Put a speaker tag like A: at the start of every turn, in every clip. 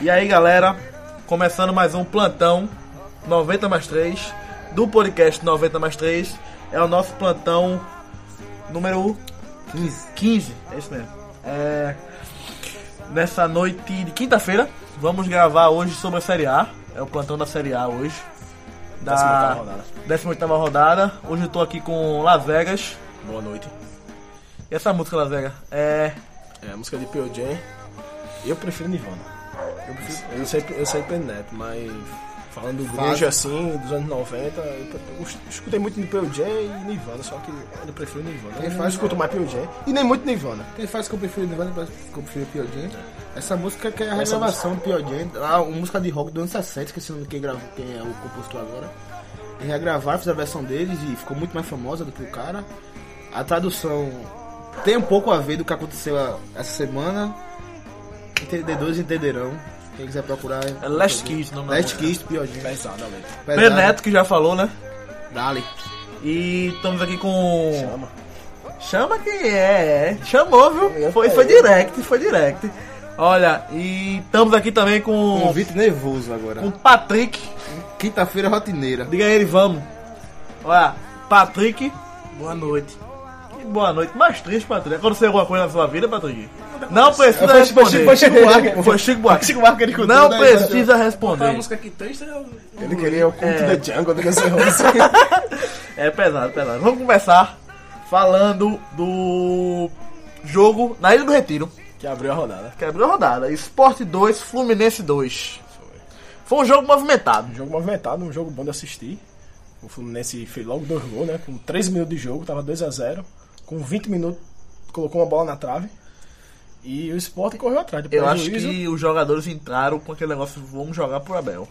A: E aí galera, começando mais um plantão 90 mais 3 do podcast 90 mais 3. É o nosso plantão número
B: 15.
A: 15, é isso mesmo. É, Nessa noite de quinta-feira, vamos gravar hoje sobre a Série A. É o plantão da Série A hoje. Da
B: 18ª rodada.
A: 18 rodada. Hoje eu tô aqui com Las Vegas.
B: Boa noite.
A: E essa música, Las Vegas? É.
B: É a música de Pearl Jam. Eu prefiro Nirvana. Eu, prefiro, eu, sempre, eu sempre neto, mas falando do grunge assim, dos anos 90, eu, pre- eu es- escutei muito de Pearl Jam e Nirvana, só que eu prefiro Nirvana. Eu não escuto mais Pearl Jam e nem muito Nirvana.
C: Quem faz que eu prefiro Nirvana faz que eu prefiro Pearl Jam. Essa música que é a regravação do Pearl Jam, lá, Ah, uma música de rock do ano 60, esqueci o nome de quem, gravou, quem é o compositor agora. Eles regravaram, fizeram a versão deles e ficou muito mais famosa do que o cara. A tradução tem um pouco a ver do que aconteceu a- essa semana. Entendedores entenderão. Quem quiser procurar...
A: É Last Kiss, não
C: Last Kiss, Pearl Jam.
B: Pesada, velho.
A: Pedro
C: Pesado.
A: Neto, que já falou, né?
C: Dali.
A: E estamos aqui com.
B: Chama.
A: Chama que é, é. Chamou, viu?
B: Eu
A: Foi, foi
B: falei.
A: direct, foi direct. Olha, e estamos aqui também com
C: Convite nervoso agora.
A: com o Patrick.
C: Quinta-feira rotineira.
A: Diga a ele, vamos. Olha, Patrick, boa noite. Que boa noite. Mais triste, Patrick. Aconteceu alguma coisa na sua vida, Patrick? Não precisa
C: Foi Chico-
A: responder.
C: foi Chico Buarque, pô.
A: Foi Chico Buarque.
C: Chico Buarque, ele contou,
A: Não
C: né?
A: precisa responder.
B: aqui triste, Ele queria o culto da Jungle do Guns N' Roses.
A: É pesado, pesado. Vamos começar falando do jogo na Ilha do Retiro.
B: que abriu a rodada.
A: Que abriu a rodada. Esporte 2, Fluminense 2. Foi um jogo movimentado.
B: Um jogo movimentado, um jogo bom de assistir. O Fluminense fez logo dois gols, né? Com 3 minutos de jogo, tava 2 a 0 Com 20 minutos, colocou uma bola na trave. E o Sport correu atrás. Depois
A: Eu
B: do
A: acho
B: juízo,
A: que os jogadores entraram com aquele negócio, vamos jogar por Abel.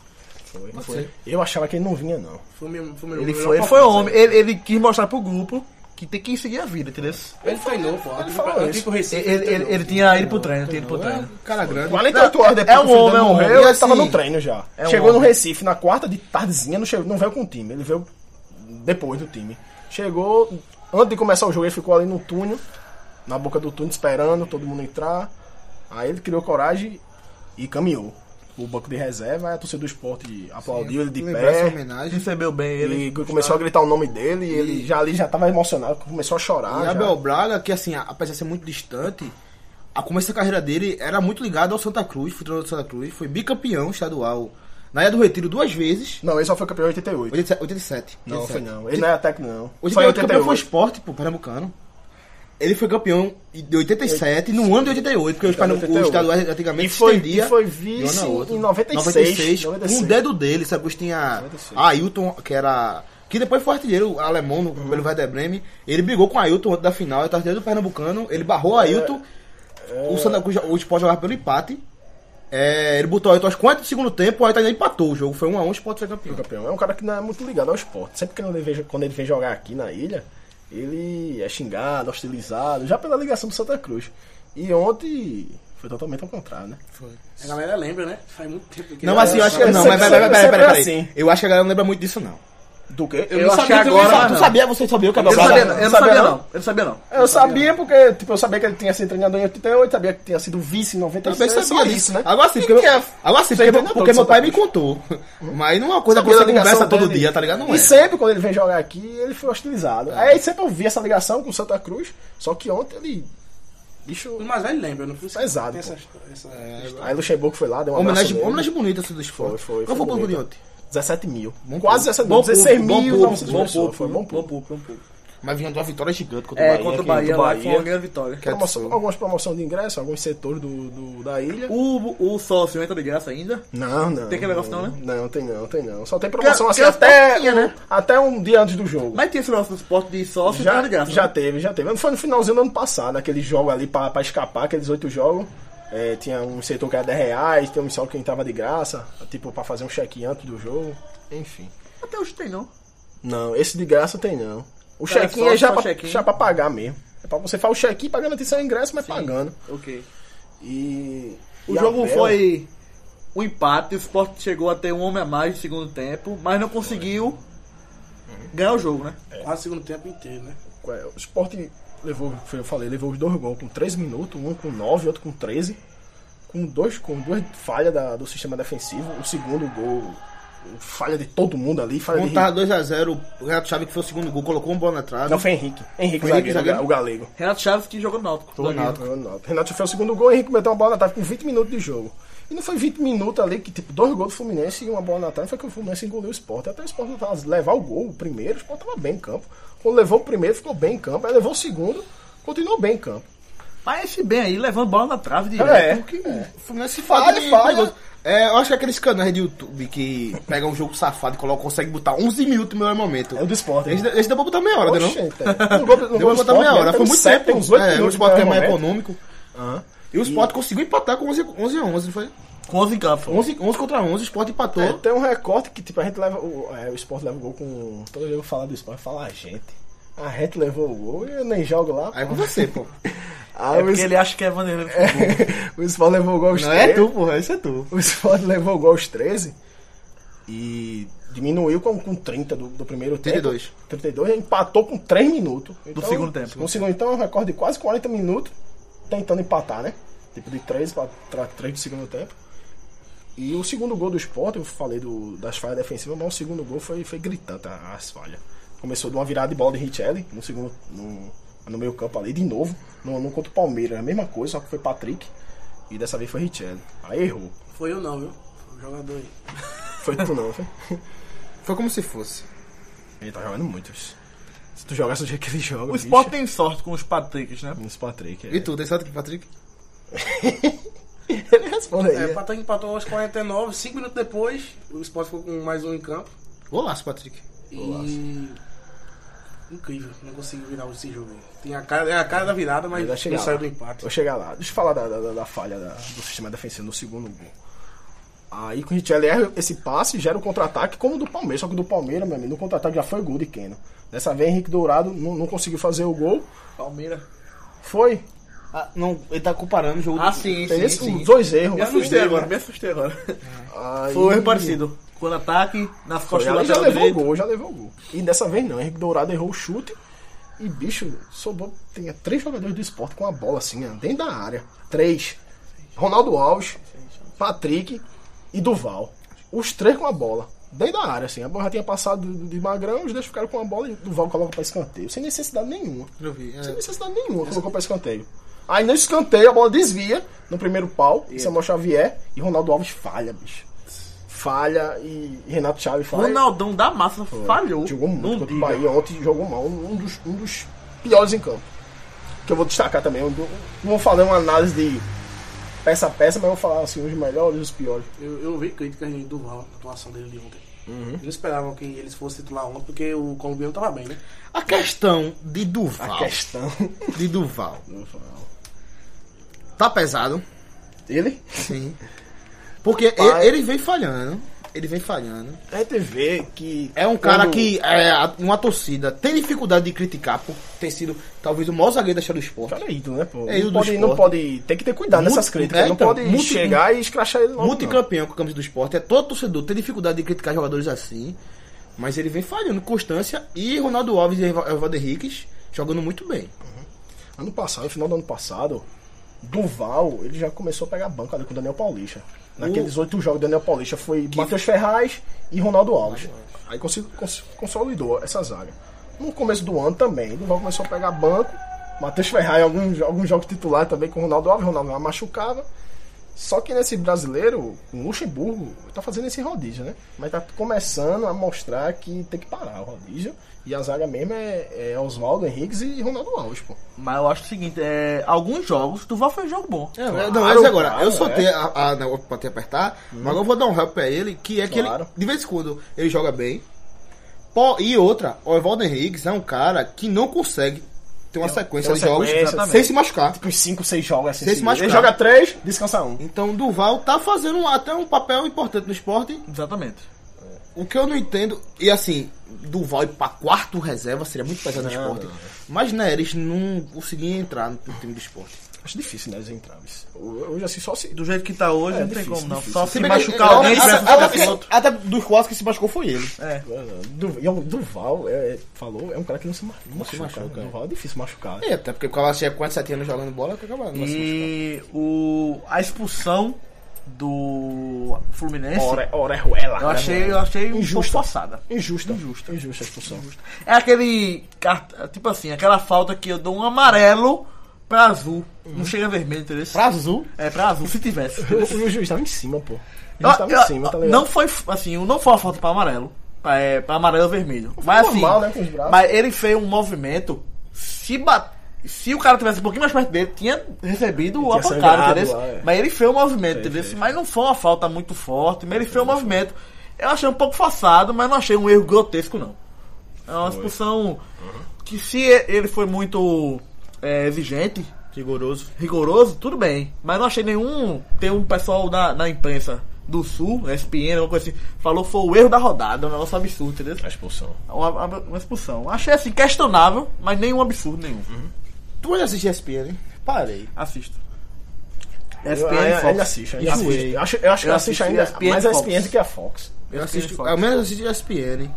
B: Foi, foi. Eu achava que ele não vinha, não.
A: Ele
B: é
A: foi, ele foi homem, ele, ele quis mostrar pro grupo que tem que seguir a vida, entendeu?
D: Ele treinou, pô. Ele
B: falou
D: falou
B: isso.
D: isso.
A: Ele, ele, ele, ele tinha ido pro treino, tinha ido pro treino.
C: Cara grande.
B: 48 horas depois
A: é um
B: do Fernando
A: homem, é um
B: morrer,
A: homem.
B: Ele
A: E assim,
B: tava no treino já.
A: é um
B: chegou no
A: homem.
B: Recife na quarta de tardezinha, não, chegou, não veio com o time. Ele veio depois do time. Chegou, antes de começar o jogo, ele ficou ali no túnel, na boca do túnel, esperando todo mundo entrar. Aí ele criou coragem e caminhou. O banco de reserva, aí a torcida do esporte aplaudiu ele de
C: Lembrar essa
B: pé.
C: homenagem.
A: Recebeu bem ele.
B: Ele começou a gritar o nome dele e ele já ali já tava emocionado, começou a chorar.
C: E
B: Ah, já.
C: Abel Braga, que assim, apesar de ser muito distante, a começo da carreira dele era muito ligado ao Santa Cruz, foi treinador do Santa Cruz, foi bicampeão estadual na Ilha do Retiro duas vezes,
B: Não, ele só foi campeão em 88.
C: 87. 87
B: Não, foi não. Ele não é técnico, não.
C: Hoje
B: Só em
C: o campeão
B: 88.
C: foi esporte, pô, pernambucano. Ele foi campeão de 87, no ano de 88, porque os,
B: Então,
C: então,
B: 88.
C: os estaduais antigamente
B: E foi,
C: se estendia
B: e foi
C: de um
B: vice
C: na outra.
B: em 96.
C: 96, com
B: 96.
C: o dedo dele, sabe? Os tinha
B: 96.
C: Ailton, que era. Que depois foi artilheiro alemão no,
B: Uhum.
C: pelo Werder Bremen. Ele brigou com Ailton antes da final, ele tá artilheiro do Pernambucano. Ele barrou Ailton.
B: É,
C: O Santa Cruz, o Sport jogava pelo empate. É, ele botou Ailton aos 40 do segundo tempo, o Ailton ainda empatou o jogo. Foi 1x1, o Sport foi campeão.
B: campeão. É um cara que não é muito ligado ao esporte. Sempre que ele vem, quando ele vem jogar aqui na ilha, ele é xingado, hostilizado, já pela ligação do Santa Cruz. E ontem foi totalmente ao contrário, né?
D: A galera lembra, né? Faz muito tempo que
C: Não, mas assim, eu acho que.
B: sempre-
C: Não, mas
B: sempre-
C: peraí, peraí, peraí,
B: sempre
C: peraí.
B: é assim.
C: Eu acho que a galera não lembra muito disso, não.
B: Do quê?
D: Eu não sabia que eu
C: Sabe,
D: não.
C: tu sabia, você sabia
B: é
C: o que a
A: Eu não sabia, não, eu não sabia
B: Não.
A: não. Eu não sabia não.
B: Eu sabia porque, tipo, eu sabia que ele tinha sido treinador em 88, sabia que tinha sido vice em 96,
C: Também
B: sabia
C: sabia
B: disso, né?
C: Agora sim, porque,
B: E que
C: meu,
B: é-
C: agora
B: Você
C: sim, porque, meu-
B: entendeu
C: porque
B: todo
C: meu pai
B: essa
C: me contou.
B: Uhum.
C: Mas não é uma coisa que
B: Pela
C: você conversa
B: ligação
C: todo
B: dele.
C: dia, tá ligado? Não
B: e
C: é.
B: sempre quando ele vem jogar aqui, ele foi hostilizado. Aí sempre eu vi essa ligação com o Santa Cruz, só que ontem ele. Bicho.
D: Os mais velhos lembram, não precisa.
B: Pesado, É,
D: Tem essa, essa história.
B: Aí Luxemburgo foi lá, deu uma
C: Homenagem, homenagem bonita assim do esporte.
B: Foi, foi, foi
C: Qual foi o banco de
B: bonita.
C: ontem?
B: 17 mil.
C: Bom
B: Quase
C: público.
B: 17
A: Bom
B: mil. 16
A: público, bom
B: mil.
A: público,
B: 900
A: bom
B: pessoas. Foi bom
A: público,
B: público.
A: bom público.
C: Mas vinha de uma vitória gigante contra o
A: É,
C: Bahia.
A: contra o
C: que-
A: Bahia, lá foi
B: Bahia.
A: uma grande vitória.
B: Promoção- algumas promoções de ingresso, alguns setores do, do- da ilha.
A: O, o sócio entra de graça ainda?
B: Não, não.
A: Uh, Tem aquele negócio não, né?
B: Não, tem não, tem não. Só tem promoção
A: Que-
B: assim
A: que
B: até,
A: tinha, né?
B: até um dia antes do jogo.
A: Mas tem esse negócio do esporte de sócio
B: já
A: tá de graça.
B: já
A: né?
B: teve, já teve. Foi no finalzinho do ano passado, aquele jogo ali pra, pra escapar, aqueles oito jogos. É, tinha um setor que era 10 reais, tem um só que entrava de graça, tipo, pra fazer um check-in antes do jogo. Enfim.
A: Até hoje tem não.
B: Não, esse de graça tem não. O
A: Cara,
B: check-in
A: só-
B: é já
A: só
B: pra,
A: check-in.
B: já pra pagar mesmo. É pra você faz o check-in pra garantir seu ingresso, mas pagando.
A: Ok.
B: E.
A: O
B: e
A: jogo
B: Abel-
A: foi um empate, o Sport chegou a ter um homem a mais no segundo tempo, mas não conseguiu ganhar o jogo, né?
D: Quase o Ah, segundo tempo inteiro, né?
B: é, O Sport levou, foi, eu falei, levou os dois gols com 3 minutos, um com 9, outro com 13. com, dois, com duas falhas da- do sistema defensivo. O segundo gol, falha de todo mundo ali. Falha
C: Quando
B: de
C: tava 2x0, o Renato Chave, que foi o segundo gol, colocou um bola na trave.
B: Não, foi Henrique. Henrique,
C: Foi Henrique,
B: zagueiro,
C: zagueiro?
B: o galego.
A: Renato Chaves que jogou no Náutico.
B: Foi o Náutico. Renato fez o segundo gol, Henrique meteu uma bola na trave com 20 minutos de jogo. E não foi 20 minutos ali, que tipo, dois gols do Fluminense e uma bola na trave, foi que o Fluminense engoliu o Sport. Até o Sport não tava levar o gol, o primeiro, o Sport tava bem em campo. Quando levou o primeiro, ficou bem em campo. Aí levou o segundo, continuou bem em campo.
A: Mas esse bem aí, levando bola na trave de
B: É.
C: O Fluminense
B: Falha, falha.
C: perigoso. É, eu acho que aqueles canais de YouTube que pegam um jogo safado e colocam, consegue botar 11 minutos no melhor momento.
B: É o do Sport.
C: Esse, esse deu pra botar meia hora, né, não?
B: Oxente, é. No gol, no gol
C: Deu pra
B: do
C: botar
B: Sport,
C: meia hora.
B: né?
C: Foi
B: Tem
C: muito
B: uns sete,
C: tempo.
B: Uns 8
C: é, o
B: minutos.
C: Sport que é mais
B: momento.
C: econômico.
B: Aham.
C: E o Sport conseguiu empatar com 11 11 a 11, não foi?
A: Com 11 em campo.
C: 11, 11 contra 11, o Sport empatou.
B: É, tem um recorte que, tipo, a gente leva. O, é, o esporte leva o gol com. Todo jogo falar do esporte, fala a "Ah, gente. A gente levou o gol e eu nem jogo lá.
C: Aí é com você, pô.
B: Aí
A: É
B: o,
A: porque
B: es-
A: ele acha que é Vanderlei.
B: o esporte levou o gol aos
C: Não é
B: 13.
C: tu, porra, isso é tu.
B: O esporte levou o gol aos 13 e diminuiu com, com 30 do, do primeiro tempo.
C: 32.
B: 32 e empatou com 3 minutos. Então,
A: segundo tempo.
B: No segundo então é um recorde de quase 40 minutos tentando empatar, né? Tipo de 3 para 3 do segundo tempo. E o segundo gol do esporte, eu falei do, das falhas defensivas, mas o segundo gol foi, foi gritante a- as falhas. Começou de uma virada de bola de Richelli no segundo. No, no meio campo ali, de novo. No, no contra o Palmeiras, a mesma coisa, só que foi Patrick. E dessa vez foi Richelli. Aí errou.
D: Foi eu não, viu? Foi o jogador aí.
B: Foi tu não, foi?
C: Foi como se fosse.
B: Ele tá jogando muito. bicho. Se tu jogasse do jeito que ele joga,
A: O Sport tem sorte com os Patricks, né?
B: Os Patrick.
C: E tu, tem certo que Patrick?
B: Ele responde aí. né?
D: É, o Patrick empatou aos 49, 5 minutos depois, o Sport ficou com mais um em campo.
C: Golaço, Patrick.
D: E. Incrível, não conseguiu virar esse jogo aí. Tem a cara, é a cara da virada, mas
B: Vai chegar
D: não saiu
B: lá.
D: do empate.
B: Vou chegar lá. Deixa eu falar da, da- da falha da- do sistema defensivo no segundo gol. Aí com o Richelli erra esse passe gera o contra-ataque como o do Palmeiras. Só que o do Palmeiras, meu amigo, no contra-ataque já foi gol de Keno. Dessa vez Henrique Dourado não, não conseguiu fazer o gol.
A: Palmeiras.
B: Foi.
C: Ah, não, ele tá comparando o jogo
A: Ah, sim,
B: Tem
A: sim,
B: esse,
A: sim.
B: dois erros.
A: Me assustei agora, me assustei agora.
B: Aí-
A: Foi um erro parecido. Quando ataque, nas
B: Foi,
A: costas do
B: ela já
A: lateral
B: levou o
A: direito.
B: gol, já levou o gol. E dessa vez não, Henrique Dourado errou o chute. E bicho, sobrou. Tinha três jogadores do esporte com a bola assim, ó, dentro da área. Três. Ronaldo Alves, Patrick e Duval. Os três com a bola. Dentro da área, assim. A bola já tinha passado de, de Magrão, os dois ficaram com a bola e Duval coloca pra escanteio. Sem necessidade nenhuma.
C: Eu vi. é.
B: Sem necessidade nenhuma, colocou pra escanteio. Aí no escanteio, a bola desvia no primeiro pau, Samuel Xavier e Ronaldo Alves falha, bicho. Falha e Renato Chaves falha.
A: Ronaldão da massa falhou.
B: Jogou muito
A: Não
B: contra o
A: diga.
B: Bahia ontem, jogou mal. Um dos, um dos piores em campo. Que eu vou destacar também. Eu não não vou fazer uma análise de peça a peça, mas eu vou falar assim, os melhores e os piores.
D: Eu, eu ouvi críticas de Duval na atuação dele de ontem. Eles Não esperavam que eles fossem titular ontem, porque o colombiano tava bem, né?
C: A questão de Duval.
B: A questão.
C: De Duval. Tá pesado.
B: Ele?
C: Sim. Porque
B: Pai.
C: ele, ele vem falhando. Ele vem falhando.
B: A gente vê que.
C: É um cara
B: quando-
C: que é, a- uma torcida tem dificuldade de criticar por ter sido talvez o maior zagueiro da história do esporte.
B: Cara, é ídolo, né, pô?
C: É ídolo
B: não,
C: do
B: pode, não
C: esporte.
B: pode. Tem que ter cuidado
C: Multi-
B: nessas críticas.
C: é,
B: não
C: então,
B: pode
C: multi-
B: chegar e escrachar ele logo. não.
C: Multicampeão com a camisa do esporte. É todo torcedor tem dificuldade de criticar jogadores assim. Mas ele vem falhando. Constância e Ronaldo Alves e Eva- Evaldo Henriques jogando muito bem.
B: Ano passado, no final do ano passado, Duval, ele já começou a pegar banco ali com o Daniel Paulista. Naqueles oito jogos, Daniel Paulista foi Matheus Ferraz e Ronaldo Alves. Aí consi- cons- consolidou essa zaga. No começo do ano também, Duval começou a pegar banco. Matheus Ferraz, em alguns, alguns jogos titular também com o Ronaldo Alves, Ronaldo Alves machucava. Só que nesse brasileiro, o Luxemburgo tá fazendo esse rodízio, né? Mas tá começando a mostrar que tem que parar o rodízio. E a zaga mesmo é, é Oswaldo Henriques e Ronaldo Alves, pô.
A: Mas eu acho o seguinte, é, alguns jogos, Duval foi um jogo bom.
C: É,
B: Claro,
C: não, mas agora,
B: claro,
C: eu soltei
B: é. Uhum.
C: a, a, a pra te apertar, mas agora eu vou dar um help pra ele, que é que
B: Claro.
C: ele, de vez em quando, ele joga bem. Pô, e outra, o Evaldo Henriques é um cara que não consegue ter uma sequência
B: um- uma
C: de jogos
B: sequência,
C: sem
A: exatamente.
C: se machucar.
B: Tipo, os 5, 6 jogos assim.
C: Seis
B: seguidos.
C: machucados.
B: Ele joga 3, descansa 1. Um.
C: Então, Duval tá fazendo até um papel importante no esporte.
A: Exatamente.
C: O que eu não entendo, e assim, Duval ir pra quarto reserva seria muito pesado no esporte. Mas Neres não conseguia entrar no time do esporte.
B: Acho difícil, né, os entraves. Hoje, assim, só se...
A: Do jeito que tá hoje,
B: É,
A: não
B: difícil,
A: tem como, não.
B: difícil.
A: Só se
C: bem que-
A: machucar
C: é,
A: alguém
C: até-
A: pra
C: até,
A: ficar
C: porque-
A: piloto.
C: até dos quatro que se machucou foi ele.
A: É.
B: Du- e o Duval é, falou, é um cara que não se machuca. Não se
C: machuca,
B: machuca. Duval é difícil machucar.
C: E até porque o Kalashi é 47 anos jogando bola, que acabou. não vai se machucar.
A: E o, a expulsão do Fluminense,
B: Ora, Orejuela.
A: eu achei, eu achei um pouco
B: Injusta.
A: forçada.
B: Injusta. Injusta. Injusta a expulsão.
A: É aquele. cart- Tipo assim, aquela falta que eu dou um amarelo pra azul.
B: Uhum.
A: Não chega vermelho, entendeu?
C: Pra azul,
A: É, pra azul, se tivesse.
B: O, o juiz tava em cima, pô. O
A: Eu-
B: juiz tava
A: eu-
B: em cima, tá ligado?
A: Ah, Não foi, assim, não foi uma falta pra amarelo. Pra, é, pra amarelo ou vermelho. Mas assim.
B: normal, né, com os braços.
A: Mas ele fez um movimento. Se ba- Se o cara tivesse um pouquinho mais perto dele, tinha recebido a
B: tinha
A: pancada,
B: sangrado
A: entendeu?
B: lá, é.
A: Mas ele fez um movimento, entendeu? Mas não foi uma falta muito forte, mas ele fez um movimento. Eu achei um pouco forçado, mas não achei um erro grotesco, não. É uma expulsão que se ele foi muito é, exigente,
C: rigoroso.
A: rigoroso, tudo bem. Mas não achei nenhum. Tem um pessoal da, da imprensa do Sul, SPN, alguma coisa assim, falou que foi o erro da rodada, um negócio absurdo, entendeu?
B: A expulsão.
A: Uma, uma- uma expulsão. Achei assim, questionável, mas nenhum absurdo nenhum.
C: Tu ainda assiste ESPN, hein? Parei.
A: Assisto.
B: Eu,
A: SPN
B: eu,
A: e Fox.
B: ainda assisto, ainda
A: Enjoei.
B: assisto. Eu acho, eu acho que
A: Eu
B: eu assisto
A: assisti
B: ainda
A: ESPN
B: mais a
A: Fox.
B: ESPN do que a Fox.
C: Eu
A: ESPN
C: assisto,
A: Fox.
C: ao menos eu assisto ESPN. hein?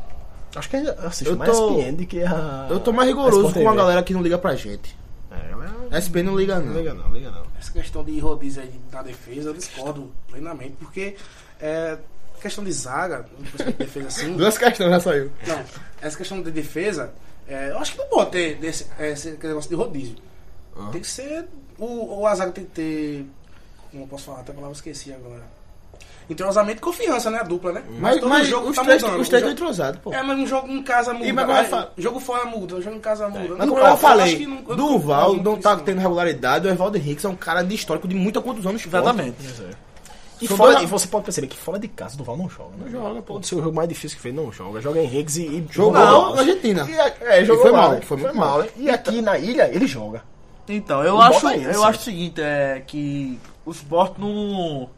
B: Acho que ainda assisto
C: Eu
B: mais
C: tô-
B: ESPN do que a...
C: Eu tô mais
B: a
C: rigoroso
B: Sport
C: com a
B: TV.
C: galera que não liga pra gente.
B: É, galera,
C: ESPN não liga,
B: não
C: não.
B: liga não, liga não.
D: Essa questão de rodízio aí na defesa, eu discordo plenamente, porque é, questão de zaga, depois que a defesa assim.
C: Duas questões já saiu.
D: Não, essa questão de defesa, é, eu acho que não pode ter desse, é, esse negócio de rodízio.
C: Ah.
D: Tem que ser. O, o a zaga tem que ter. Como eu posso falar? Até a palavra eu esqueci agora. Entrosamento e confiança, né? A dupla, né?
C: Mas,
D: todo
C: mas
D: jogo
C: os,
D: tá
C: três,
D: mudando.
C: os três
D: O
C: estão
D: jogo-
C: entrosados, pô.
D: É, mas um jogo em casa muda.
C: mas como eu
D: Aí,
C: falo-
D: jogo fora muda, um jogo em casa muda. é assim.
C: Mas como
D: Eu
C: eu
D: acho
C: falei,
D: que não- eu não-
C: Duval
D: eu
C: não tá
D: isso,
C: tendo regularidade, o Evaldo Henriques é um cara de histórico de muita quantos anos fora.
A: Exatamente.
B: E,
C: Só
B: fora-
C: dois-
B: é. e você pode perceber que fora de casa o Duval não joga, né?
C: joga, pô.
B: Pode ser o jogo mais difícil que fez, não joga. Joga Henrique e, e
C: Jogou
B: Ronaldo.
C: na Argentina.
B: E a- é, jogou
C: foi
B: lá,
C: mal,
B: né?
C: foi
B: Foi,
C: muito
B: mal,
C: mal.
B: né? E aqui na ilha ele joga.
A: Então, eu
B: Bota
A: acho,
B: aí,
A: eu
B: assim.
A: acho o seguinte, é que o Sport não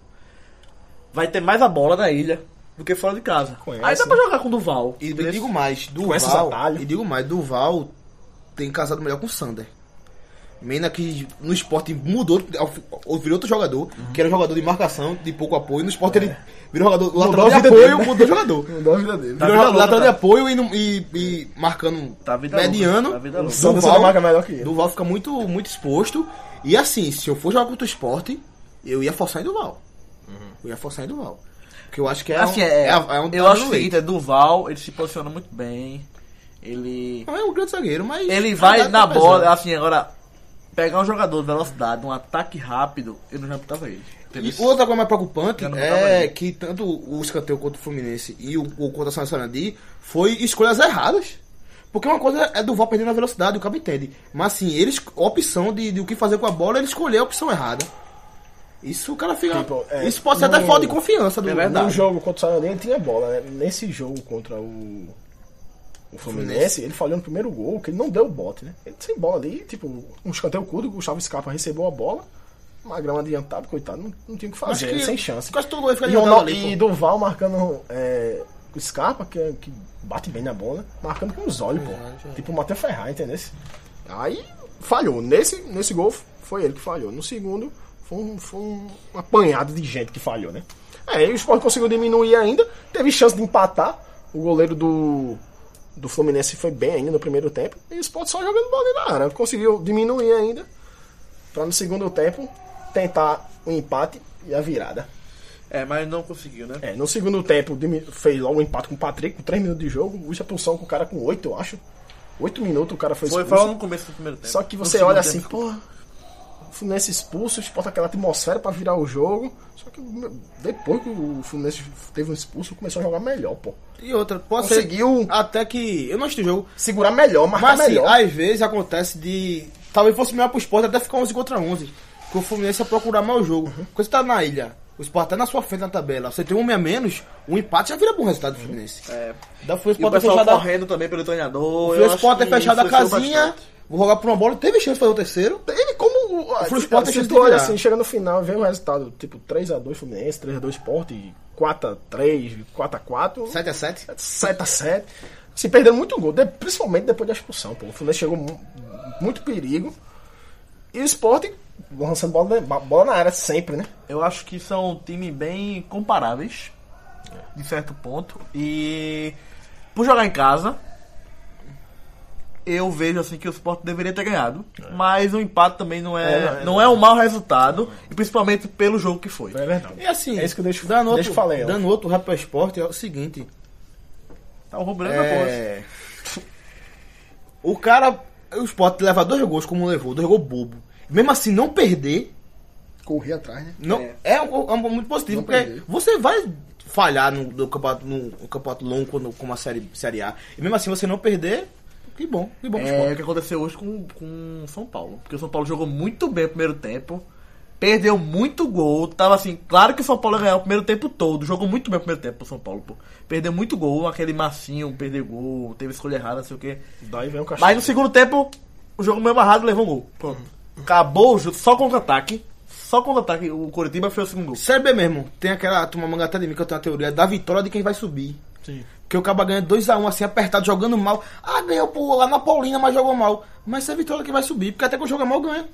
A: vai ter mais a bola na ilha do que fora de casa.
B: Conhece,
A: Aí dá pra
B: né?
A: jogar com o Duval.
C: E
A: entendeu?
C: digo mais,
B: esses
C: Duval.
B: atalhos.
C: E digo mais, Duval tem casado melhor com o Sander. Mena que no esporte mudou, ou virou outro jogador, que era jogador de marcação, de pouco apoio. No esporte ele virou jogador lateral
B: a
C: de
B: vida
C: apoio,
B: dele, né?
C: mudou jogador.
B: Mudou a vida dele.
A: Tá
C: virou
A: vida
C: lateral
A: louca,
C: de
A: tá.
C: apoio e, no- e- e marcando
A: Tá vida louca,
C: mediano.
A: tá vida louca.
B: Só você não marca melhor que ele.
C: Duval fica muito, muito exposto. E assim, se eu for jogar contra o esporte, eu ia forçar em Duval. Eu ia forçar em Duval. Porque eu acho que é,
A: Uhum. Assim,
C: um,
A: é,
C: a- um
A: eu acho o
C: underrated.
A: seguinte, é Duval, ele se posiciona muito bem. Ele.
C: Não, é um grande zagueiro, mas.
A: Ele vai
C: Tá
A: na
C: pesado.
A: bola, assim, agora. Pegar um jogador de velocidade, um ataque rápido, eu não já botava ele.
C: E
A: entendeu?
C: outra coisa mais preocupante
A: Já não tava
C: é
A: ali.
C: que tanto o escanteio contra o Fluminense e o, o contra o São Sarandi foi escolhas erradas. Porque uma coisa é Duval perdendo a velocidade, o cabo entende. Mas assim, eles, a opção de, de o que fazer com a bola, ele escolheu a opção errada. Isso o cara fica.
B: Tipo, é,
C: isso pode ser até
B: no-
C: falta de confiança do
A: É
C: Duval.
A: verdade.
B: No jogo contra o Sarandí ele tinha bola, né? Nesse jogo contra o, o Fluminense, ele falhou no primeiro gol que ele não deu o bote, né? Ele sem bola ali, tipo, um escanteio curto, o Gustavo Scarpa recebeu a bola, Magrão adiantado, coitado, não, não tinha o que
C: Acho
B: fazer,
C: que-
B: é, sem chance.
C: Quase todo mundo fica
B: E, o
C: jogando
B: Nau-
C: ali.
B: e
C: pô.
B: Duval marcando é, o Scarpa, que, é- que bate bem na bola, marcando com os olhos, pô. Tipo o Matheus Ferrari, entendeu? Aí falhou. Nesse, nesse gol foi ele que falhou. No segundo, foi um, foi um apanhado de gente que falhou, né? É, e o Sport conseguiu diminuir ainda, teve chance de empatar. O goleiro do, do Fluminense foi bem ainda no primeiro tempo. E o Sport só jogando bola ali na área. Conseguiu diminuir ainda, pra no segundo tempo tentar o empate e a virada.
A: É, mas não conseguiu, né?
B: É, no segundo tempo dimi- fez logo um empate com o Patrick, com 3 minutos de jogo, o expulsão com o cara com 8, eu acho. 8 minutos o cara foi
A: Foi
B: expulso.
A: falando no começo do primeiro tempo.
B: Só que
A: No
B: você
A: segundo
B: olha
A: tempo,
B: assim, pô, o Fluminense expulso, exporta aquela atmosfera pra virar o jogo. Só que meu, depois que o Fluminense teve um expulso, começou a jogar melhor, pô.
C: E outra, pode
B: Conseguiu.
C: ser. Até que. Eu não assisti o jogo.
B: Segurar melhor, marcar
C: Mas assim,
B: melhor.
C: às vezes acontece de. Talvez fosse melhor pro esporte até ficar 11 contra 11. Porque o Fluminense ia procurar mais o jogo.
B: Uhum.
C: Quando você tá na ilha, o esporte tá na sua frente na tabela. Você tem um homem a menos, um empate já vira bom resultado
B: Uhum.
C: do Fluminense.
A: É. E o
C: Da Fluminense pode ter
A: pessoal
C: fechado, a-
A: correndo também pelo treinador.
C: o
A: eu acho
C: Fluminense pode ter
A: que
C: fechado a
A: influenciou
C: casinha.
A: bastante.
C: Vou jogar por uma bola, teve chance de fazer o terceiro.
B: Ele como. O
C: Fluminense pode ter chance de
B: olha
C: virar.
B: assim, chega no final, vê o resultado, tipo 3x2 Fluminense, 3x2 Sport, 4x3, 4x4.
C: 7x7.
B: Tá 7x7. Se perderam Assim, muito gol, de- principalmente depois da expulsão. Pô. O Fluminense chegou mu- muito perigo. E o Sporting lançando bola, na- bola na área sempre, né?
A: Eu acho que são um time bem comparáveis, de certo ponto. E por jogar em casa, eu vejo assim que o Sport deveria ter ganhado. Mas o empate também não é,
B: É, não
A: não,
B: é,
A: é, um mau resultado, e principalmente pelo jogo que foi.
B: É verdade.
C: E assim,
B: É isso que eu deixo-
C: dando
B: deixa
C: outro,
B: eu falar aí, ó.
C: dando outro rap ao esporte é o seguinte.
A: Tá roubando a
C: É... O cara, o esporte levar dois gols como levou, dois gols bobo. Mesmo assim, não perder,
E: Correr atrás, né?
C: não, é, um- é um- muito positivo,
E: Não
C: porque
E: perder.
C: você vai falhar no, no campeonato, no, no campeonato longo quando- como a série, série A. E mesmo assim, você não perder, que bom, que bom pro
A: É o
C: esporte.
A: que aconteceu hoje com com o São Paulo. Porque o São Paulo jogou muito bem o primeiro tempo. Perdeu muito gol. Tava assim, claro que o São Paulo ia ganhar o primeiro tempo todo. Jogou muito bem o primeiro tempo o São Paulo, pô. Perdeu muito gol, aquele massinho, perdeu gol, teve escolha errada, não sei o quê.
B: Daí vem o cachorro.
A: Mas no segundo tempo, o jogo meio amarrado levou um gol. Pronto. Acabou o jogo, só contra-ataque. Só contra-ataque. O Coritiba fez o segundo gol.
C: Série B mesmo, tem aquela turma manga até de mim que eu tenho a teoria da vitória de quem vai subir.
A: Sim.
C: Que o Caba ganha 2x1 assim, apertado, jogando mal. Ah, ganhou pô, lá na Paulina, mas jogou mal. Mas essa é a vitória que vai subir, porque até quando joga mal ganha.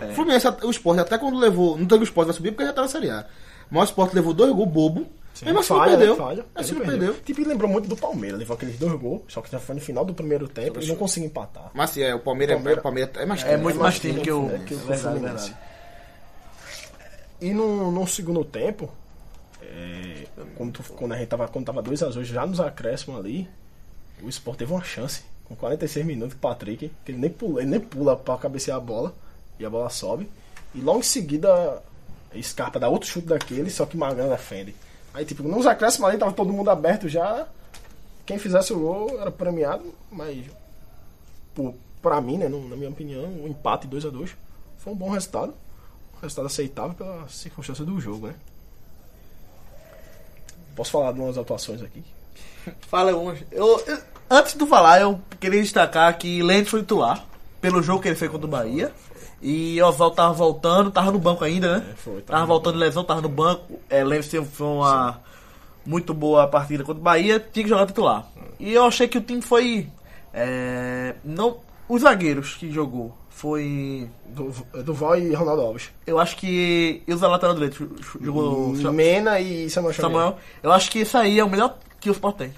B: É.
C: O Fluminense, o Sport, até quando levou. Não teve o Sport, vai subir porque já tá na Série A. Mas o Sport levou dois gols bobo. mesmo assim
B: Falha,
C: não perdeu.
B: né? Falha.
C: Assim
B: Ele
C: não perdeu.
B: Tipo, ele lembrou muito do Palmeiras. Levou aqueles dois gols, só que já foi no final do primeiro tempo e não conseguiu empatar.
C: Mas assim, é, o Palmeiras,
B: Palmeiras-
C: é, o Palmeiras é mais
A: É muito mais time que o.
B: É que o
A: Verdade,
B: Fluminense.
A: verdade.
B: E no, no segundo tempo, é, quando, tu- quando a gente tava, quando tava 2x2, já nos acréscimos ali, o Sport teve uma chance. Com 46 minutos, o Patrick, que ele nem pula, ele nem pula pra cabecear a bola, e a bola sobe. E logo em seguida, Scarpa dá outro chute daquele, só que Magrão defende. Aí, tipo, nos acréscimos ali, tava todo mundo aberto já. Quem fizesse o gol era premiado, mas por, pra mim, né, no- na minha opinião, um empate 2 a 2 foi um bom resultado. Um resultado aceitável pela circunstância do jogo, né? Posso falar de umas atuações aqui?
A: Fala hoje. Eu, eu- antes de tu falar, eu queria destacar que Lentes foi titular, pelo jogo que ele fez contra o Bahia. E Oswaldo tava voltando, tava no banco ainda, né?
B: É, foi, tava
A: tava
B: no
A: voltando de lesão, tava no banco. É, Lentes teve- foi uma muito boa partida contra o Bahia, tinha que jogar titular. E eu achei que o time foi. é, não, os zagueiros que jogou foi.
B: Do, Duval e Ronaldo Alves. Hum,
A: Eu acho que. E os lateral direito jogou Sa-
B: Mena e Samuel Xavier.
A: Samuel. Eu acho que isso aí é o melhor que o Sport tem.